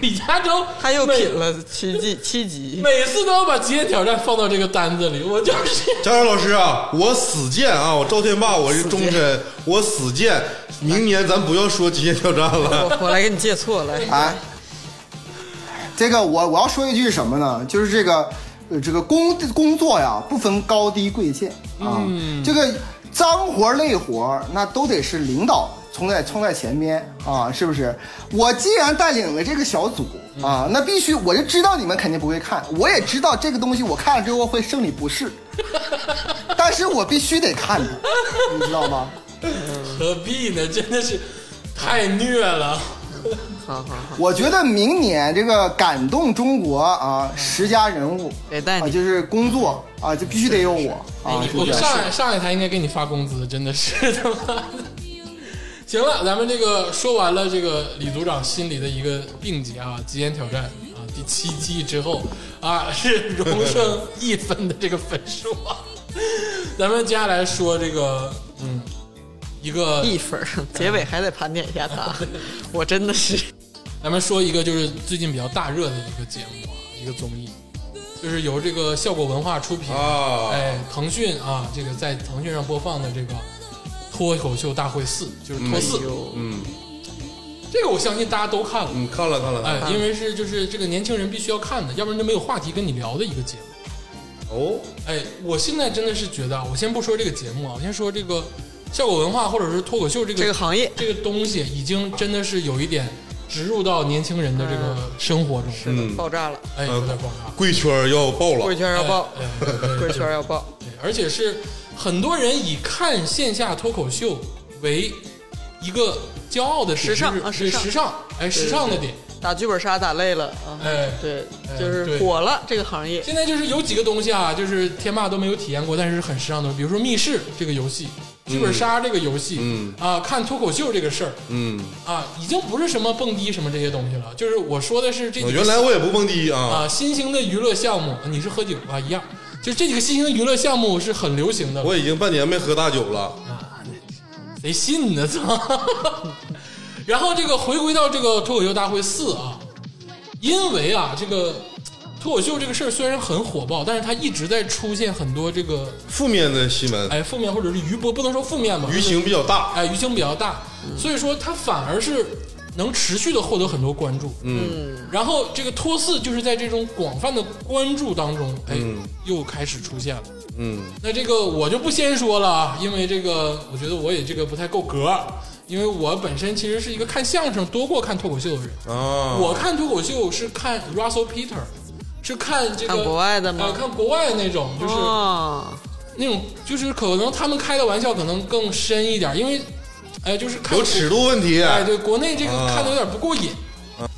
S1: 李佳洲
S2: 他又
S1: 每
S2: 品了七集，七集。
S1: 每次都要把极限挑战放到这个单子里，我就是
S3: 家长老师啊，我死谏啊，我赵天霸，我是忠臣，我死谏，明年咱不要说极限挑战了。
S2: 我我来给你借错来，
S4: 哎，这个我我要说一句什么呢？就是这个，呃，这个工工作呀，不分高低贵贱啊。这个脏活累活，那都得是领导冲在冲在前面啊，是不是？我既然带领了这个小组啊，那必须我就知道你们肯定不会看，我也知道这个东西我看了之后会生理不适，但是我必须得看它，你知道吗？
S1: 何必呢？真的是太虐了。
S2: 好好好，
S4: 我觉得明年这个感动中国啊，十佳人物
S2: 得带你
S4: 啊，就是工作啊，就必须得有我啊，
S1: 哎
S4: 是
S1: 我
S4: 不
S1: 们
S4: 是？
S1: 上海上海台应该给你发工资，真的是 他妈的。行了，咱们这个说完了这个李组长心里的一个病结啊，极限挑战啊，第七季之后啊是荣升一分的这个分数啊。咱们接下来说这个，嗯，一个
S2: 一分儿，结尾还得盘点一下他，我真的是
S1: 咱们说一个就是最近比较大热的一个节目啊，一个综艺，就是由这个效果文化出品
S3: 啊
S1: 哎，腾讯啊，这个在腾讯上播放的这个脱口秀大会四，就是脱四，
S3: 嗯
S1: 这个我相信大家都看了，
S3: 嗯，看了看了看了，
S1: 哎，因为是就是这个年轻人必须要看的，要不然就没有话题跟你聊的一个节目。
S3: 哦，
S1: 哎，我现在真的是觉得，啊，我先不说这个节目啊，我先说这个效果文化或者是脱口秀这个
S2: 这个行业
S1: 这个东西，已经真的是有一点植入到年轻人的这个生活中，
S3: 嗯，
S2: 爆炸了，
S1: 哎，有点爆炸。
S3: 贵圈要爆
S2: 贵
S3: 了，
S2: 圈要爆，
S1: 哎哎哎
S2: 贵圈要爆，
S1: 对，而且是很多人以看线下脱口秀为一个骄傲的点
S2: 时尚
S1: 就是
S2: 啊
S1: 对
S2: 时尚
S1: 时尚，哎，时尚的点。
S2: 打剧本杀打累了啊，
S1: 哎
S2: 对
S1: 哎，
S2: 就是
S1: 对
S2: 火了这个行业，
S1: 现在就是有几个东西啊，就是天霸都没有体验过，但是很时尚的，比如说密室这个游戏、剧本杀这个游戏，
S3: 嗯
S1: 啊，看脱口秀这个事儿
S3: 嗯，
S1: 啊，已经不是什么蹦迪什么这些东西了，就是我说的是这
S2: 哦
S1: 几个
S3: 原来我也不蹦迪啊，
S1: 啊新兴的娱乐项目，你是喝酒啊一样，就这几个新兴娱乐项目是很流行的了，
S3: 我已经半年没喝大酒了，
S1: 谁信呢？ 操！然后这个回归到这个脱口秀大会四啊，因为啊，这个脱口秀这个事儿虽然很火爆，但是它一直在出现很多这个
S3: 负面的新闻，
S1: 哎负面或者是余波，不能说负面吧，
S3: 舆情比较大，
S1: 哎舆情比较大，所以说它反而是能持续的获得很多关注。
S3: 嗯，
S1: 然后这个脱四就是在这种广泛的关注当中，哎，又开始出现了。
S3: 嗯，
S1: 那这个我就不先说了啊，因为这个我觉得我也这个不太够格儿，因为我本身其实是一个看相声多过看脱口秀的人。
S3: 啊，
S1: 我看脱口秀是看 Russell Peter，是看这个
S2: 看国外的吗
S1: 呃，看国外那种，就是、
S2: 啊，
S1: 那种就是可能他们开的玩笑可能更深一点，因为哎就是看
S3: 有尺度嗯问题，
S1: 哎，对，国内这个
S3: 啊
S1: 看的有点不过瘾。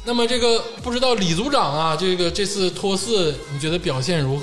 S1: 那么这个不知道李组长啊，这个这次脱四你觉得表现如何？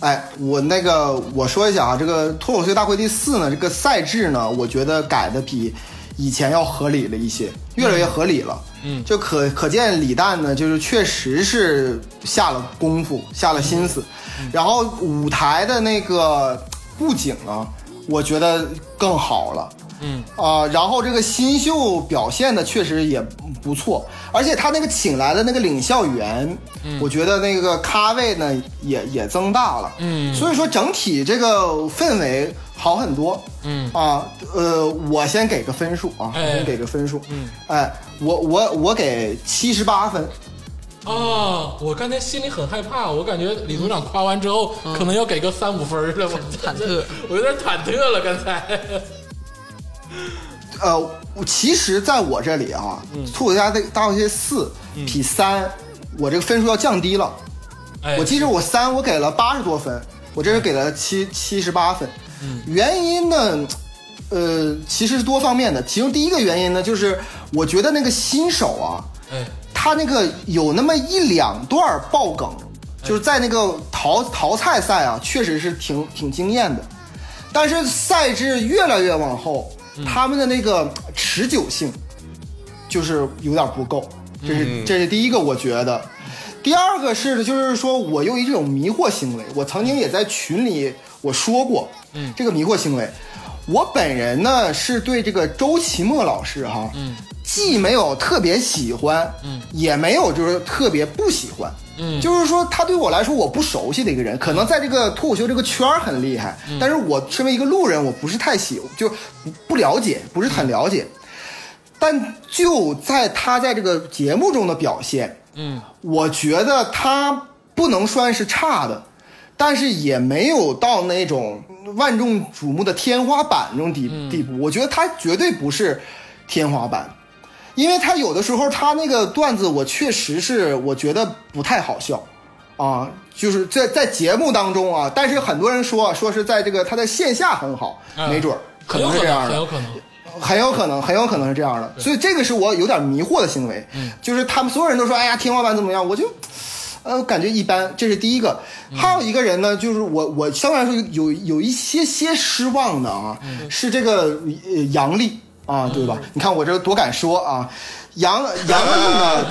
S4: 哎，我那个我说一下啊，这个脱口秀大会第四呢，这个赛制呢，我觉得改的比以前要合理了一些，越来越合理了。
S1: 嗯
S4: 就可可见李诞呢，就是确实是下了功夫，下了心思。然后啊舞台的那个布景呢，我觉得更好了。嗯啊、然后这个新秀表现的确实也不错，而且他那个请来的那个领校员，我觉得那个咖位呢也也增大了，嗯，所以说整体这个氛围好很多，嗯啊呃，我先给个分数啊，
S1: 哎
S4: 我先给个分数，嗯，哎，我我我给七十八分，
S1: 啊！我刚才心里很害怕，我感觉李组长夸完之后，可能要给个三五分儿了，我
S2: 嗯忐忑，
S1: 我有点忐忑了。刚才，
S4: 呃，我其实在我这里啊，兔子家这大游戏四比三，我这个分数要降低了。
S1: 哎，
S4: 我记着我三我给了八十多分，我这是给了七七十八分。原因呢，呃，其实是多方面的。其中第一个原因呢，就是我觉得那个新手啊，
S1: 哎，
S4: 他那个有那么一两段爆梗，就是在那个淘淘汰赛啊，确实是挺挺惊艳的。但是赛制越来越往后，他们的那个持久性就是有点不够，这是、这是第一个，我觉得。第二个是呢，就是说我由于这种迷惑行为，我曾经也在群里我说过，嗯，这个迷惑行为，我本人呢是对这个周奇墨老师哈，嗯，既没有特别喜欢，嗯，也没有就是特别不喜欢，嗯，就是说他对我来说我不熟悉的一个人，可能在这个脱口秀这个圈儿很厉害，但是我身为一个路人，我不是太喜，就不不了解，不是很了解。但就在他在这个节目中的表现，嗯，我觉得他不能算是差的，但是也没有到那种万众瞩目的天花板那种地、
S1: 嗯
S4: 地步。我觉得他绝对不是天花板，因为他有的时候他那个段子，我确实是我觉得不太好笑。啊，就是在在节目当中啊，但是很多人说说是在这个他在线下很好，
S1: 嗯
S4: 没准儿可
S1: 很有
S4: 能是这样的，
S1: 很有可能。
S4: 很有可能，很有可能是这样的，所以这个是我有点迷惑的行为，
S2: 嗯
S4: 就是他们所有人都说，哎呀，天花板怎么样，我就，呃，感觉一般，这是第一个。
S2: 嗯
S4: 还有一个人呢，就是我，我相对来说有有有一些些失望的啊，
S2: 嗯
S4: 是这个呃杨笠啊，对吧？你看我这多敢说啊，杨杨笠呢，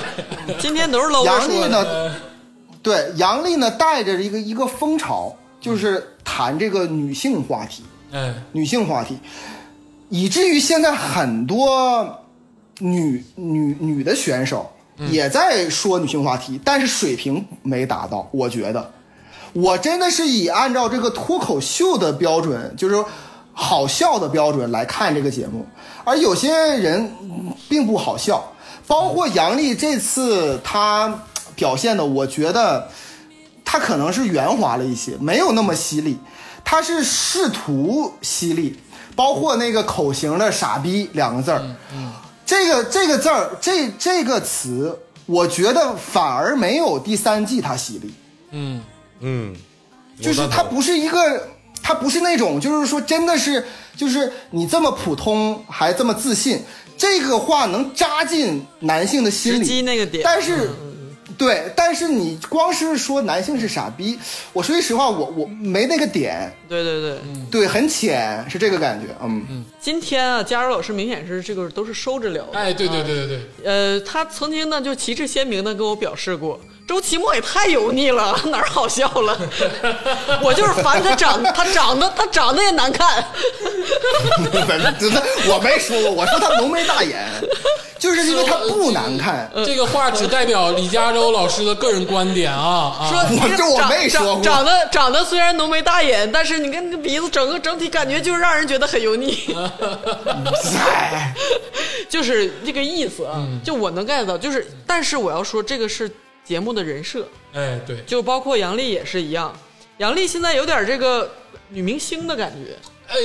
S2: 今 天 都是搂着
S4: 杨笠
S2: 说
S4: 呢
S2: 的，，
S4: 对，杨笠呢带着一个一个风潮，就是谈这个女性话题，
S1: 哎，
S4: 女性话题，以至于现在很多女女女的选手也在说女性话题，但是水平没达到。我觉得，我真的是以按照这个脱口秀的标准，就是好笑的标准来看这个节目，而有些人嗯并不好笑，包括杨笠这次她表现的，我觉得。他可能是圆滑了一些，没有那么犀利，他是试图犀利，包括那个口型的“傻逼”两个字儿、这个这个字儿这这个词，我觉得反而没有第三季它犀利，
S1: 嗯，
S3: 嗯，
S4: 就是它
S3: 他
S4: 不是一个，它不是那种，就是说真的是，就是你这么普通还这么自信，这个话能扎进男性的心
S2: 直
S4: 里，
S2: 击那个点嗯
S4: 但是，对，但是你光是说男性是傻逼，我说句实话，我我没那个点，
S2: 对对对，
S1: 嗯
S4: 对，很浅，是这个感觉，嗯 嗯
S2: 今天啊，佳茹老师明显是这个都是收着聊的。
S1: 哎，对对对对对，
S2: 呃，他曾经呢就旗帜鲜明的跟我表示过，周奇墨也太油腻了，哪儿好笑了？ 我就是烦他长，他长得他长得也难看。
S4: 真的，我没说过，我说他浓眉大眼，就是因为他不难 看。
S2: 呃
S1: 这个话只代表李嘉洲老师的个人观点啊啊！
S2: 说你
S4: 我这我
S2: 长
S4: 没说过
S2: 长长得长得虽然浓眉大眼，但是你看那个鼻子，整个整体感觉就是让人觉得很油腻，
S4: 哎，
S2: 就是这个意思啊。就我能 get 到，就是但是我要说这个是节目的人设，
S1: 哎，对，
S2: 就包括杨笠也是一样，杨笠现在有点这个女明星的感觉。
S1: 哎，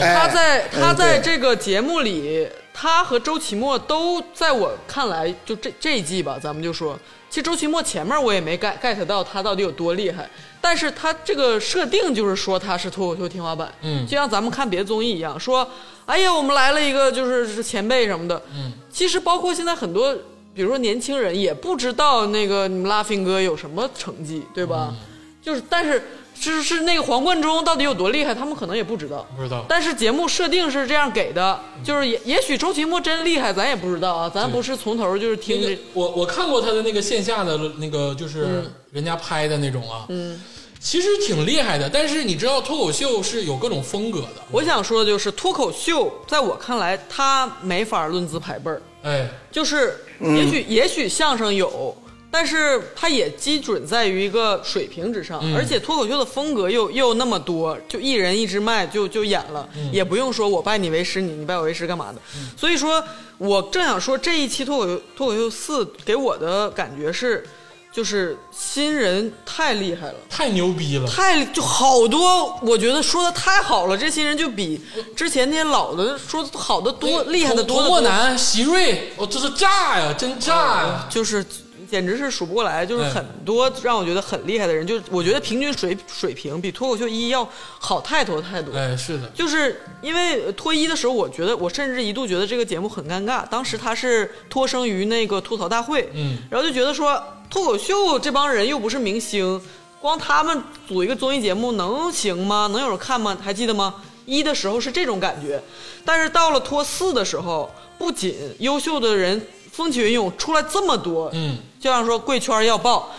S4: 哎
S2: 他在他
S4: 嗯
S2: 在
S4: 对
S2: 这个节目里，他和周奇墨都在我看来，就这这一季吧，咱们就说，其实周奇墨前面我也没 get get 到他到底有多厉害，但是他这个设定就是说他是脱口秀天花板，
S1: 嗯
S2: 就像咱们看别的综艺一样，说，哎呀，我们来了一个就是是前辈什么的，嗯，其实包括现在很多。比如说年轻人也不知道那个你们拉菲哥有什么成绩，对吧？
S1: 嗯
S2: 就是但是是是那个黄贯中到底有多厉害，他们可能也不知道。
S1: 不知道，
S2: 但是节目设定是这样给的，
S1: 嗯
S2: 就是也也许周奇墨真厉害，咱也不知道啊，咱不是从头就是听
S1: 那个
S2: 这
S1: 我我看过他的那个线下的那个就是人家拍的那种啊，嗯，其实挺厉害的。但是你知道，脱口秀是有各种风格的，
S2: 我想说的就是脱口秀，在我看来，它没法论资排辈儿。
S1: 哎，
S2: 就是也许、也许相声有，但是它也基准在于一个水平之上，而且脱口秀的风格又又那么多，就一人一支麦就就演了，也不用说我拜你为师，你你拜我为师干嘛的。所以说我正想说这一期脱口秀脱口秀四给我的感觉是，就是新人太厉害了。
S1: 太牛逼了。
S2: 太就好多，我觉得说的太好了，这些人就比之前那些老的说的好的多，
S1: 哎
S2: 厉害的
S1: 佟
S2: 多得
S1: 墨
S2: 多。
S1: 南、席瑞，我、这是炸呀，真炸呀！
S2: 就是简直是数不过来，就是
S1: 嗯
S2: 很多让我觉得很厉害的人，就是我觉得平均水水平比脱口秀一要好太多太多。
S1: 哎，是的，
S2: 就是因为脱一的时候，我觉得我甚至一度觉得这个节目很尴尬。当时他是脱生于那个吐槽大会，
S1: 嗯，
S2: 然后就觉得说脱口秀这帮人又不是明星，光他们组一个综艺节目能行吗？能有人看吗？还记得吗？一的时候是这种感觉，但是到了脱四的时候，不仅优秀的人风起云涌出来这么多，
S1: 嗯，
S2: 就像说贵圈要爆，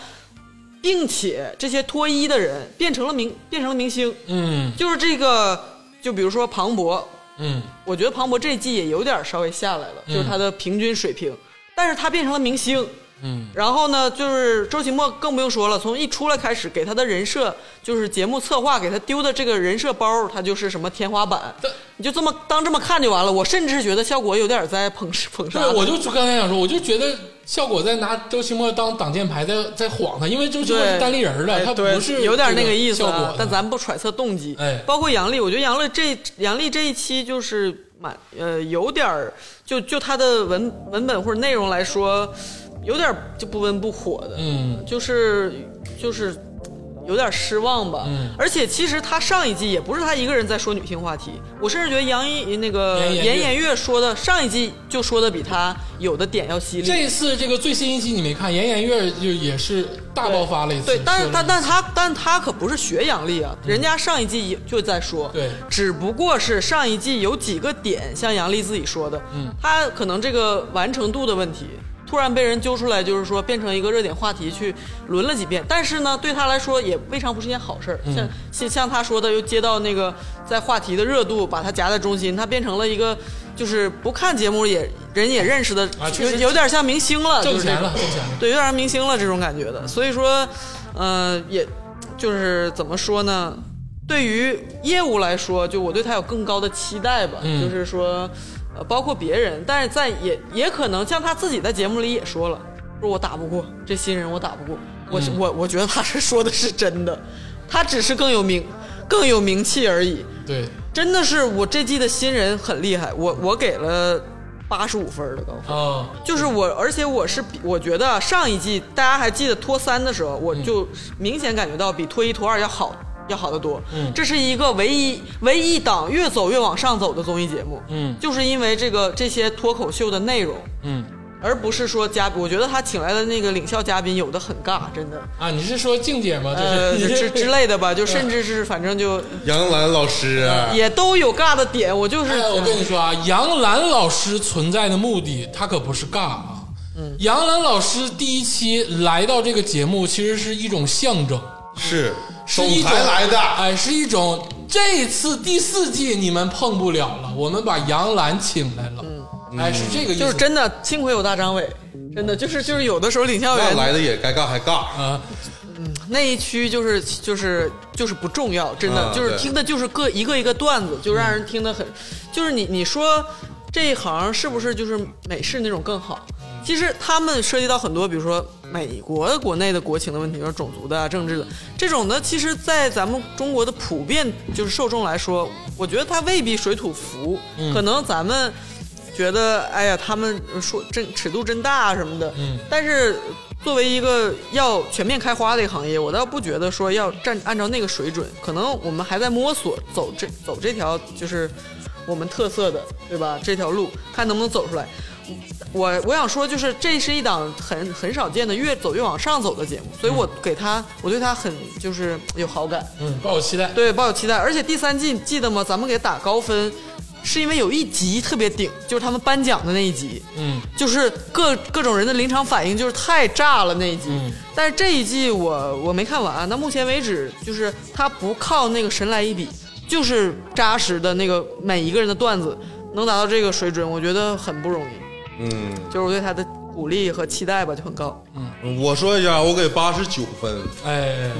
S2: 并且这些脱一的人变成了明变成了明星，
S1: 嗯
S2: 就是这个，就比如说庞博，
S1: 嗯，
S2: 我觉得庞博这一季也有点稍微下来了，
S1: 嗯
S2: 就是他的平均水平，但是他变成了明星。
S1: 嗯，
S2: 然后呢，就是周奇墨更不用说了，从一出来开始给他的人设，就是节目策划给他丢的这个人设包，他就是什么天花板
S1: 对，
S2: 你就这么当这么看就完了。我甚至觉得效果有点在捧 捧杀
S1: 对，，我就刚才想说，我就觉得效果在拿周奇墨当挡箭牌在，在晃他，因为周奇墨是
S2: 对
S1: 单立人儿的，
S2: 哎
S1: 他不
S2: 对
S1: 是
S2: 有点那
S1: 这
S2: 个
S1: 个
S2: 意思
S1: 效
S2: 啊
S1: 果，
S2: 但咱不揣测动机。
S1: 哎
S2: 包括杨笠，我觉得杨笠这杨笠这一期就是蛮呃有点儿，就就他的文文本或者内容来说，有点儿就不温不火的，
S1: 嗯
S2: 就是就是有点失望吧。
S1: 嗯
S2: 而且其实他上一季也不是他一个人在说女性话题，我甚至觉得杨一那个
S1: 严严
S2: 严严月说的上一季就说的比他有的点要犀利。
S1: 这次这个最新一期你没看，严颜悦就也是大爆发了一次。
S2: 对，但是
S1: 他
S2: 但但他但他可不是学杨笠啊，人家上一季也就在说，
S1: 对
S2: 只不过是上一季有几个点，像杨笠自己说的，
S1: 嗯，
S2: 他可能这个完成度的问题，突然被人揪出来，就是说变成一个热点话题去轮了几遍，但是呢，对他来说也未尝不是件好事儿，
S1: 嗯
S2: 像像像他说的，又接到那个在话题的热度，把他夹在中心，他变成了一个就是不看节目也人也认识的，
S1: 啊确
S2: 有
S1: 实
S2: 有点像明星了，
S1: 挣
S2: 就是这
S1: 钱
S2: 种
S1: 了，挣钱了。
S2: 对，有点儿明星了这种感觉的。所以说，呃，也就是怎么说呢？对于业务来说，就我对他有更高的期待吧，
S1: 嗯
S2: 就是说，呃，包括别人，但是在也也可能像他自己在节目里也说了，说我打不过这新人，我打不过，我、我我觉得他是说的是真的，他只是更有名更有名气而已。
S1: 对，
S2: 真的是我这季的新人很厉害，我我给了八十五分儿的高分。
S1: 啊，
S2: 就是我，而且我是比我觉得上一季大家还记得脱三的时候，
S1: 嗯
S2: 我就明显感觉到比脱一脱二要好要好得多。
S1: 嗯
S2: 这是一个唯一唯一档越走越往上走的综艺节目。
S1: 嗯
S2: 就是因为这个这些脱口秀的内容，
S1: 嗯
S2: 而不是说嘉宾。我觉得他请来的那个领笑嘉宾有的很尬，真的，
S1: 啊，你是说静姐吗？这
S2: 呃，
S1: 是
S2: 之
S1: 你
S2: 之
S1: 是
S2: 之类的吧，就甚至是反正就
S3: 杨澜老师啊，
S2: 也都有尬的点。我就是
S1: 嗯哎，我跟你说啊，杨澜老师存在的目的，他可不是尬啊。
S3: 嗯
S1: 杨澜老师第一期来到这个节目，其实是一种象征，
S3: 是
S1: 是
S3: 总
S1: 一种
S3: 裁来的，
S1: 哎，是一种这次第四季你们碰不了了，我们把杨澜请来了，
S3: 嗯
S1: 哎，是这个意思，
S2: 嗯就是真的，幸亏有大张伟，真的就是就是有的时候领笑
S3: 那
S2: 员
S3: 来的也该尬还尬。
S1: 啊，
S2: 那一区就是就是就是不重要，真的、
S3: 啊
S2: 就是
S3: 对
S2: 听的就是各一个一个段子，就让人听得很，就是你你说这一行是不是就是美式那种更好？其实他们涉及到很多，比如说美国国内的国情的问题，比如说种族的、啊、政治的这种的，其实，在咱们中国的普遍就是受众来说，我觉得他未必水土服，可能咱们觉得哎呀，他们说真尺度真大什么的，
S1: 嗯
S2: 但是作为一个要全面开花的一个行业，我倒不觉得说要站按照那个水准，可能我们还在摸索走这走这条就是我们特色的，对吧？这条路看能不能走出来。我我想说，就是这是一档很很少见的越走越往上走的节目，所以我给他，我对他很就是有好感。
S1: 嗯，抱有期待，
S2: 对，抱有期待。而且第三季记得吗？咱们给打高分，是因为有一集特别顶，就是他们颁奖的那一集，
S1: 嗯，
S2: 就是各各种人的临场反应就是太炸了那一集。
S1: 嗯
S2: 但是这一季我我没看完，啊到目前为止就是他不靠那个神来一笔，就是扎实的那个每一个人的段子能达到这个水准，我觉得很不容易。
S3: 嗯，
S2: 就是我对他的鼓励和期待吧就很高。
S3: 我说一下，我给八十九分。
S1: 哎，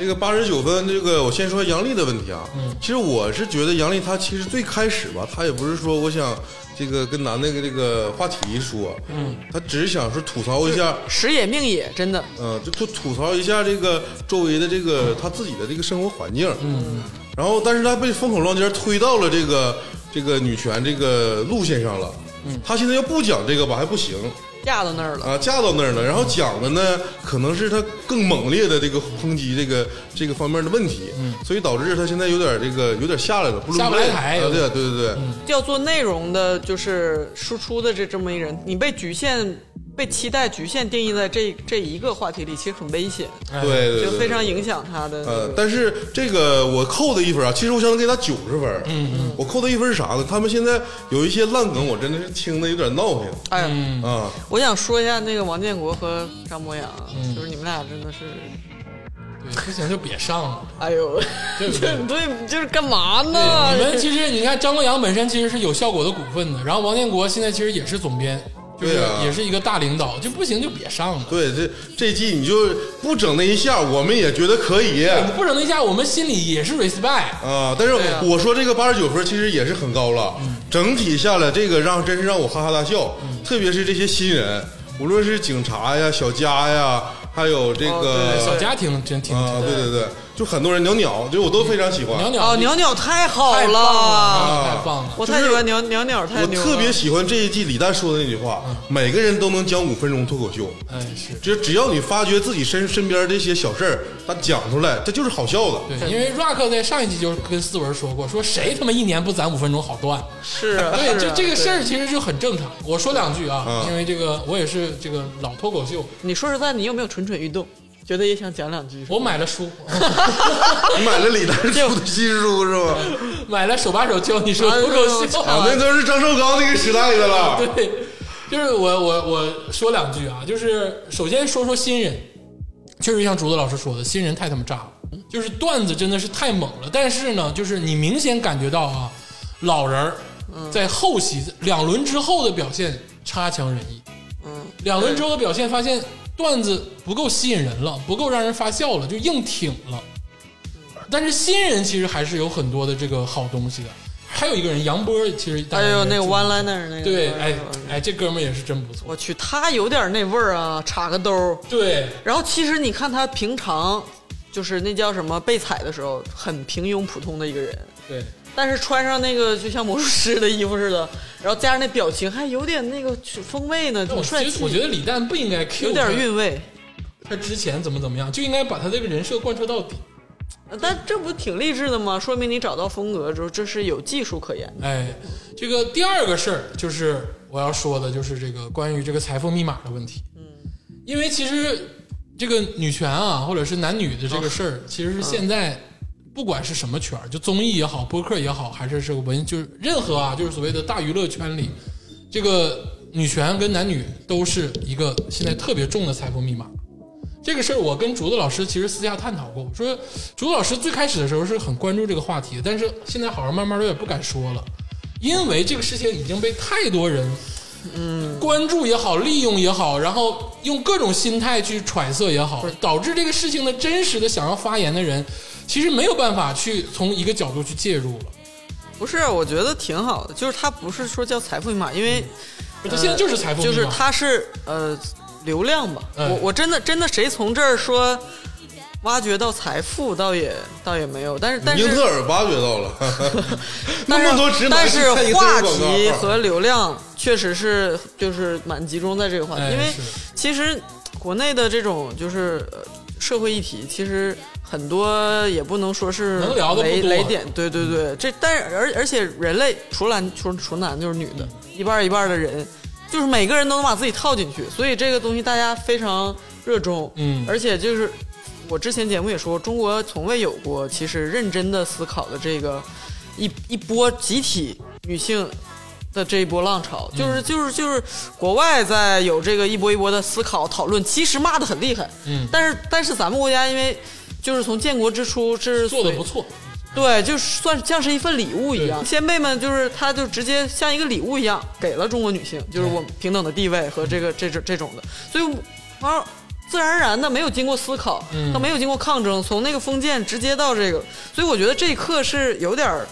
S3: 这个八十九分，这个我先说杨笠的问题啊。嗯，其实我是觉得杨笠她其实最开始吧，她也不是说我想这个跟男的这个话题说，嗯，她只是想说吐槽一下，
S2: 时也命也，真的。
S3: 嗯，就吐吐槽一下这个周围的这个她自己的这个生活环境，嗯，然后但是她被风口浪尖推到了这个这个女权这个路线上了，嗯，她现在要不讲这个吧还不行，
S2: 架到那儿了。
S3: 啊，架到那儿了。然后讲的呢，可能是他更猛烈的这个抨击这个这个方面的问题，所以导致他现在有点这个有点下来了，不
S1: 嗯下不来台
S3: 啊，对对对对，
S2: 要做内容的，就是输出的这这么一人，你被局限、被期待局限定义在这这一个话题里，其实很危险，
S1: 哎
S3: 对对对
S2: 就非常影响他的。
S3: 呃，但是这个我扣的一分啊，其实我想给他九十分，嗯嗯，我扣的一分是啥呢？他们现在有一些烂梗，我真的是听的有点闹腾
S2: 哎呀，
S1: 嗯
S3: 啊，
S2: 我想说一下那个王建国和张博洋，
S1: 嗯
S2: 就是你们俩真的是，
S1: 对，不行就别上了。
S2: 哎呦，
S1: 对不对
S2: 对，就是干嘛
S1: 你
S2: 呢？
S1: 们其实你看张国阳本身其实是有效果的股份的，然后王建国现在其实也是总编，就是
S3: 对啊
S1: 也是一个大领导，就不行就别上了。
S3: 对，这这季你就不整那一下，我们也觉得可以。
S1: 我们不整那一下，我们心里也是 respect。
S3: 啊，但是
S2: 对啊
S3: 我说这个八十九分其实也是很高了，整体下来这个让真是让我哈哈大笑，特别是这些新人，无论是警察呀、小佳呀，还有这
S2: 哦
S1: 小
S3: 个
S1: 家庭真挺
S3: 啊，对对对，就很多人鸟鸟，就我都非常喜
S1: 鸟
S3: 欢，
S1: 鸟
S2: 哦，鸟鸟太好
S1: 太棒
S2: 了，
S1: 了，啊太棒了！
S2: 我太喜欢鸟鸟鸟，太
S3: 我
S1: 啊
S2: 牛了，
S3: 特别喜欢这一季李诞说的那句话，
S1: 嗯
S3: 每个人都能讲五分钟脱口秀。
S1: 哎，是
S3: 只只要你发觉自己身身边这些小事儿，他讲出来，这就是好笑的。
S1: 对，因为 Rock 在上一集就是跟思文说过，说谁他妈一年不攒五分钟好断？
S2: 是啊，
S1: 对，
S2: 是
S1: 就
S2: 啊
S1: 这个事，
S2: 对
S1: 儿其实就很正常。我说两句啊，
S3: 嗯
S1: 因为这个我也是这个老脱口秀，
S2: 你说实在，你有没有蠢蠢欲动？觉得也想讲两句？
S1: 我买了书，
S3: 你买了李诞出的新书是吧？
S1: 买了手把手教你说
S2: 哎
S1: 脱口秀。
S3: 啊，那都是张绍刚那个时代的了。
S1: 对，就是我我我说两句啊，就是首先说说新人，确实像竹子老师说的，新人太他妈炸了，就是段子真的是太猛了。但是呢，就是你明显感觉到啊，老人儿
S2: 嗯
S1: 在后期两轮之后的表现差强人意。
S2: 嗯，
S1: 两轮之后的表现，发现段子不够吸引人了，不够让人发笑了，就硬挺了。
S2: 嗯
S1: 但是新人其实还是有很多的这个好东西的。还有一个人杨波，其实大
S2: 哎
S1: 家
S2: 呦，
S1: 应
S2: 那
S1: 该
S2: 个
S1: 注意
S2: one liner 那个，
S1: 对，哎哎，这哥们儿也是真不错。
S2: 我去，他有点那味儿啊，插个兜儿。
S1: 对，
S2: 然后其实你看他平常就是那叫什么被踩的时候，很平庸普通的一个人，
S1: 对，
S2: 但是穿上那个就像魔术师的衣服似的， 然后加上那表情，还有点那个风味呢，
S1: 但我
S2: 挺帅
S1: 其
S2: 气
S1: 实我觉得李诞不应该 Q
S2: 有点
S1: 他
S2: 韵味。
S1: 他之前怎么怎么样，就应该把他这个人设贯彻到底。
S2: 呃但这不挺励志的吗？说明你找到风格之后，这是有技术可言。
S1: 哎，这个第二个事儿就是我要说的，就是这个关于这个财富密码的问题。嗯，因为其实这个女权啊，或者是男女的这个事儿，其实是现在不管是什么圈儿，就综艺也好，播客也好，还是这个文，就是任何啊，就是所谓的大娱乐圈里，这个女权跟男女都是一个现在特别重的财富密码。这个事儿我跟竹子老师其实私下探讨过，说竹子老师最开始的时候是很关注这个话题的，但是现在好像慢慢的有点不敢说了，因为这个事情已经被太多人，嗯，关注也好，利用也好，然后用各种心态去揣测也好，导致这个事情的真实的想要发言的人，其实没有办法去从一个角度去介入了，
S2: 不是，啊我觉得挺好的，就是他不是说叫财富密码，因为。
S1: 他现在就是财富密
S2: 就
S1: 码，
S2: 是它是呃流量吧。
S3: 嗯
S1: 哎
S2: 我我真的真的谁从这儿说挖掘到财富，倒也倒也没有。但是但
S3: 英
S2: 是
S3: 特尔挖掘到了，
S2: 但
S3: 那么多直
S2: 是
S3: 男
S2: 但是
S3: 去看英特尔
S2: 话
S3: 广告啊
S2: 题和流量确实是就是蛮集中在这个话题，
S1: 哎
S2: 因为
S1: 是
S2: 其实国内的这种就是呃社会议题，其实很多也不能说是
S1: 能聊的不
S2: 雷
S1: 多啊
S2: 雷点，对对对，这但是而而且人类除了除除男就是女的，
S1: 嗯
S2: 一半儿一半儿的人，就是每个人都能把自己套进去，所以这个东西大家非常热衷，
S1: 嗯
S2: 而且就是我之前节目也说，中国从未有过其实认真的思考的这个一一波集体女性的这一波浪潮，就是
S1: 嗯
S2: 就是就是国外在有这个一波一波的思考讨论，其实骂的很厉害，
S1: 嗯
S2: 但是但是咱们国家因为就是从建国之初是
S1: 做的不错，
S2: 对，就是算像是一份礼物一样，先辈们就是他就直接像一个礼物一样给了中国女性，就是我们平等的地位和这个
S1: 嗯
S2: 这种这种的，所以而自然而然的没有经过思考，
S1: 嗯
S2: 他没有经过抗争，从那个封建直接到这个，所以我觉得这一刻是有点儿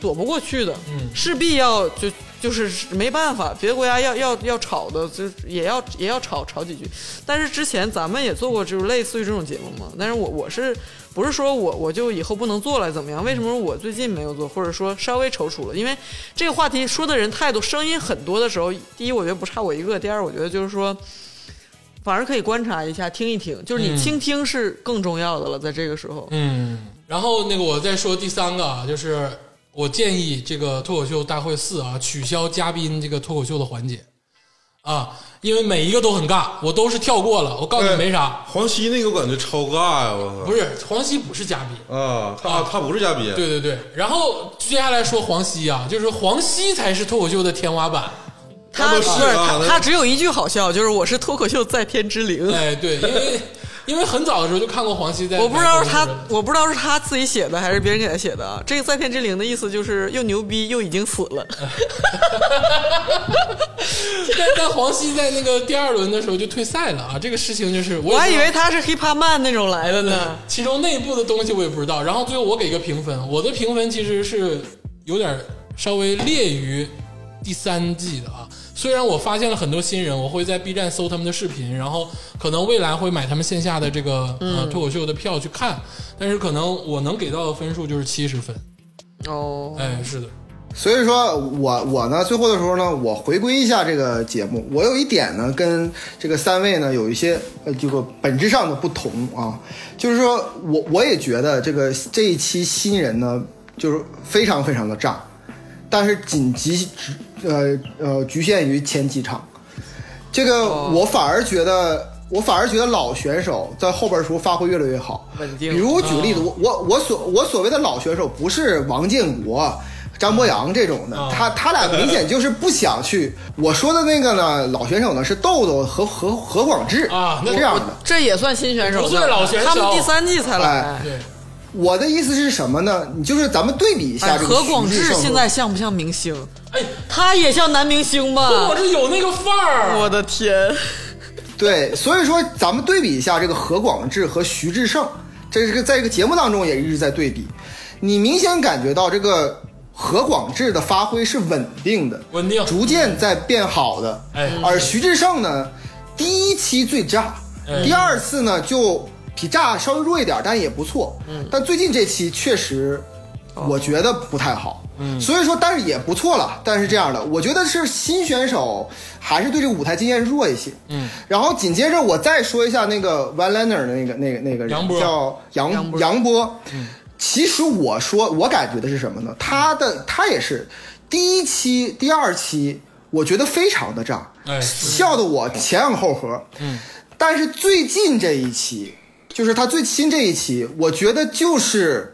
S2: 躲不过去的，
S1: 嗯
S2: 势必要就就是没办法，别的国家要要要吵的，就是也要也要吵吵几句。但是之前咱们也做过就是类似于这种节目嘛，但是我我是不是说我我就以后不能做了怎么样？为什么我最近没有做，或者说稍微踌躇了？因为这个话题说的人太多，声音很多的时候，第一我觉得不差我一个，第二我觉得就是说。反而可以观察一下，听一听，就是你倾听是更重要的了，在这个时候，
S1: 嗯，然后那个我再说第三个啊，就是我建议这个脱口秀大会四啊，取消嘉宾这个脱口秀的环节啊，因为每一个都很尬，我都是跳过了。我告诉你没啥，
S3: 黄西那个我感觉超尬呀、我
S1: 不是黄西不是嘉宾，
S3: 靠啊，他他不是嘉宾，
S1: 对对对。然后接下来说黄西啊，就是黄西才是脱口秀的天花 板。
S3: 那
S2: 他
S3: 都
S2: 不
S3: 是
S2: 是
S3: 啊
S2: 他，
S3: 那
S2: 他只有一句好笑，就是我是脱口秀在天之灵。
S1: 哎，对，因为因为很早的时候就看过黄西在，
S2: 我不知道是他，我不知道是他自己写的还是别人给他写的啊。这个在天之灵的意思就是又牛逼又已经死了。
S1: 但但黄西在那个第二轮的时候就退赛了啊，这个事情就是我也
S2: 我还
S1: 不知
S2: 以
S1: 道
S2: 为他是 hiphop man 那种来的呢。
S1: 其中内部的东西我也不知道。然后最后我给一个评分，我的评分其实是有点稍微劣于第三季的啊。虽然我发现了很多新人，我会在 B 站搜他们的视频，然后可能未来会买他们线下的这个、呃脱口秀的票去看，但是可能我能给到的分数就是七十分。
S2: 哦，
S1: 哎，是的，
S4: 所以说我我呢，最后的时候呢，我回归一下这个节目，我有一点呢，跟这个三位呢有一些呃这个本质上的不同啊，就是说我我也觉得这个这一期新人呢，就是非常非常的炸，但是仅局呃呃局限于前几场，这个
S2: 哦
S4: 我反而觉得。我反而觉得老选手在后边的时候发挥越来越好，
S2: 稳定嗯
S4: 比如我举个例子，我我我所我所谓的老选手不是王建国、张博洋这种的，
S2: 哦
S1: 啊
S4: 他他俩明显就是不想去。 我说的那个呢，老选手呢是豆豆和何何广智
S1: 啊那
S4: 这样的。
S2: 这也算新选手
S1: 不
S2: 呢，
S1: 算老选手
S2: 他们第三季才来
S4: 哎。
S1: 对，
S4: 我的意思是什么呢？你就是咱们对比一下
S2: 哎
S4: 这个
S2: 何广
S4: 徐
S2: 智
S4: 志胜
S2: 现在像不像明星？
S1: 哎，
S2: 他也像男明星吧？
S1: 我这有那个范儿，
S2: 我的天！
S4: 对，所以说咱们对比一下这个何广智和徐志胜，这是个在这个节目当中也一直在对比，你明显感觉到这个何广智的发挥是稳定的，
S1: 稳定
S4: 逐渐在变好的。
S1: 哎
S4: 而徐志胜呢，第一期最炸，第二次呢就比炸稍微弱一点，但也不错。嗯，但最近这期确实，我觉得不太好。嗯，所以说，但是也不错了。但是这样的，我觉得是新选手还是对这个舞台经验弱一些。嗯，然后紧接着我再说一下那个 Van l e n e r 的那个那个那个人
S1: 杨波
S4: 叫杨
S2: 杨波
S4: 杨波。其实我说，我感觉的是什么呢？他的他也是第一期、第二期，我觉得非常的炸，
S1: 哎是
S4: 笑得我前仰后合。嗯，但是最近这一期，就是他最新这一期，我觉得就是，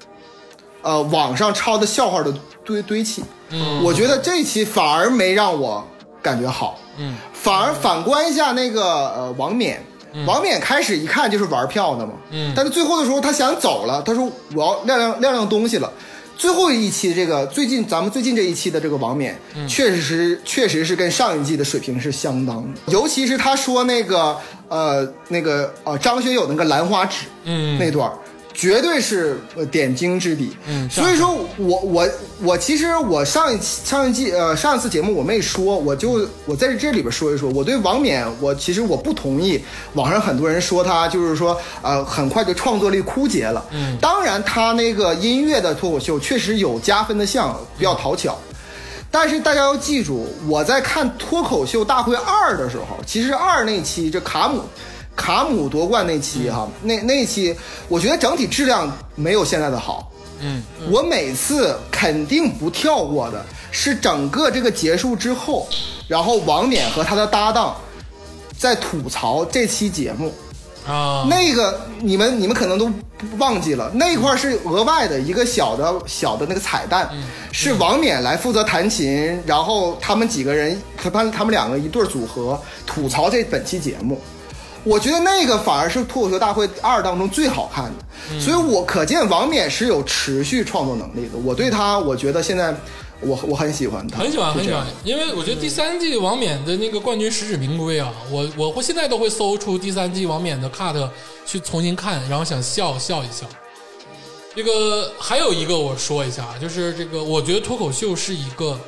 S4: 呃，网上抄的笑话的堆堆砌。嗯，我觉得这一期反而没让我感觉好。嗯，反而反观一下那个呃王冕。王冕开始一看就是玩票的嘛，嗯，但是最后的时候他想走了，他说我要亮亮亮亮东西了。最后一期这个最近咱们最近这一期的这个王冕，确实是确实是跟上一季的水平是相当的，尤其是他说那个呃那个呃张学友那个兰花指，嗯，那段儿绝对是呃点睛之笔，嗯，所以说我我我其实我上一期上一季呃上一次节目我没说，我就我在这里边说一说，我对王冕我其实我不同意，网上很多人说他就是说呃很快就创作力枯竭了，嗯，当然他那个音乐的脱口秀确实有加分的项，比较讨巧。但是大家要记住，我在看《脱口秀大会二》的时候，其实二那期这卡姆卡姆夺冠那期哈、那那期我觉得整体质量没有现在的好。
S1: 嗯，
S4: 我每次肯定不跳过的是整个这个结束之后，然后王冕和他的搭档在吐槽这期节目，
S1: 啊，
S4: 那个你们你们可能都忘记了，那块儿是额外的一个小的小的那个彩蛋，
S1: 嗯
S4: 是王冕来负责弹琴，然后他们几个人，他们他们两个一对儿组合吐槽这本期节目。我觉得那个反而是《脱口秀大会二》当中最好看
S1: 嗯
S4: 的，所以我可见王冕是有持续创作能力的。我对他，我觉得现在我我很喜欢他，
S1: 很喜欢，
S4: 就
S1: 很
S4: 这
S1: 喜
S4: 样
S1: 欢，因为我觉得第三季王冕的那个冠军实至名归啊！我我会现在都会搜出第三季王冕的 cut 去重新看，然后想笑笑一笑。这个还有一个我说一下，啊就是这个，我觉得脱口秀是一个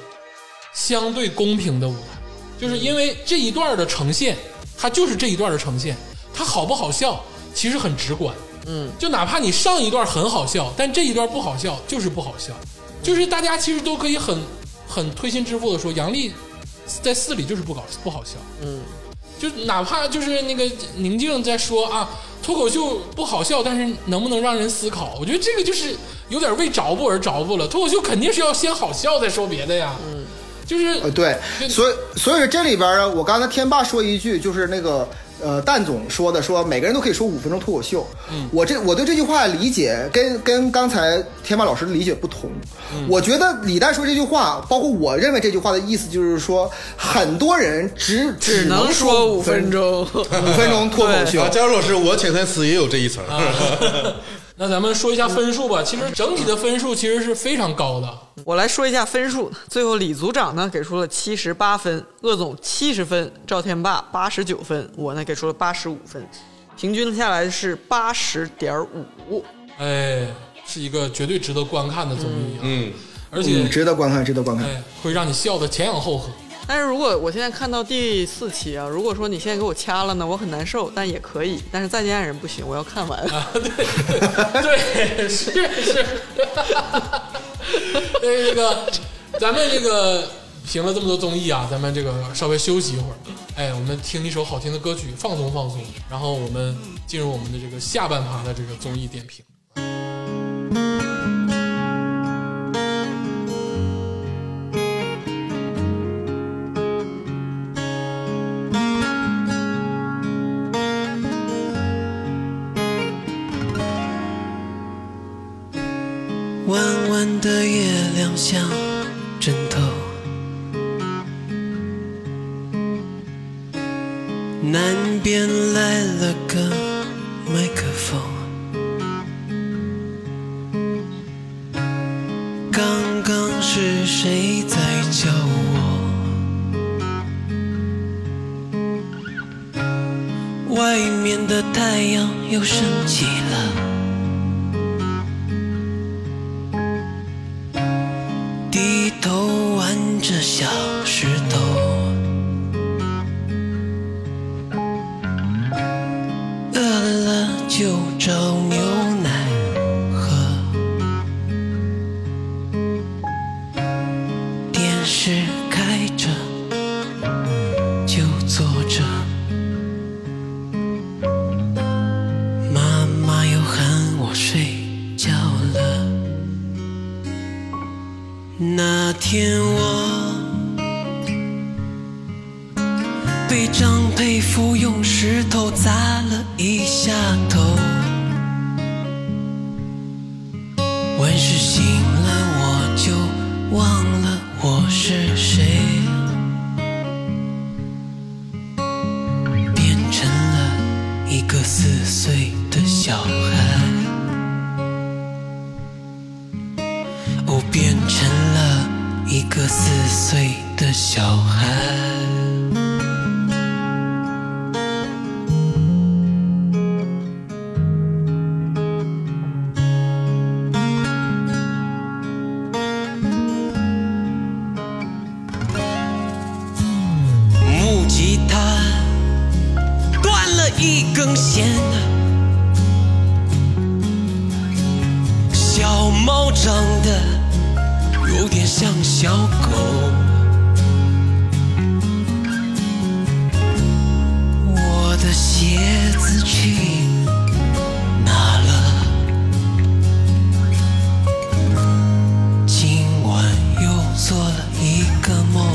S1: 相对公平的舞台，就是因为这一段的呈现，它就是这一段的呈现，它好不好笑其实很直观。嗯，就哪怕你上一段很好笑，但这一段不好笑，就是不好笑，就是大家其实都可以很很推心置腹的说，杨笠在四里就是不搞不好笑。嗯，就哪怕就是那个宁静在说啊，脱口秀不好笑，但是能不能让人思考？我觉得这个就是有点为着不而着不了。脱口秀肯定是要先好笑再说别的呀。嗯， 就是
S4: 呃，对，
S1: 就
S4: 所以所以说这里边呢，我刚才天霸说一句，就是那个呃，蛋总说的，说每个人都可以说五分钟脱口秀。嗯，我这我对这句话理解跟跟刚才天霸老师的理解不同。
S2: 嗯
S4: 我觉得李诞说这句话，包括我认为这句话的意思就是说，很多人只
S2: 只能
S4: 能
S2: 说五
S4: 五
S2: 分
S4: 钟
S2: 钟。
S4: 五分钟脱口
S2: 对
S4: 秀
S3: 啊，。佳茹老师，我潜台词也有这一层。
S1: 啊那咱们说一下分数吧。其实整体的分数其实是非常高的。
S2: 我来说一下分数，最后李组长呢给出了七十八分，鄂总七十分，赵天霸八十九分，我呢给出了八十五分，平均下来是八十点五。
S1: 哎，是一个绝对值得观看的综艺啊，
S3: 嗯，
S1: 而且
S4: 嗯，值得观看，值得观看。
S1: 哎会让你笑得前仰后合。
S2: 但是如果我现在看到第四期啊，如果说你现在给我掐了呢，我很难受，但也可以。但是再见爱人不行，我要看完。
S1: 啊对，是是， 对这个，咱们这个评了这么多综艺啊，咱们这个稍微休息一会儿，哎，我们听一首好听的歌曲，放松放松，然后我们进入我们的这个下半趴的这个综艺点评。
S5: 弯弯的月亮像枕头，南边来了个麦克风，刚刚是谁在叫我？外面的太阳又升起了。低头玩着小石头，饿了就找牛奶喝。电视开着，就坐着。妈妈又喊我睡觉了。那天我被张佩甫用石头砸了一下头，完事醒了我就忘了我是谁，变成了一个四岁的小孩。我哦变成了一个四岁的小孩。木吉他断了一根弦。小猫长得有点像小狗。我的鞋子去哪了？今晚又做了一个梦。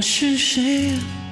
S5: 是谁？啊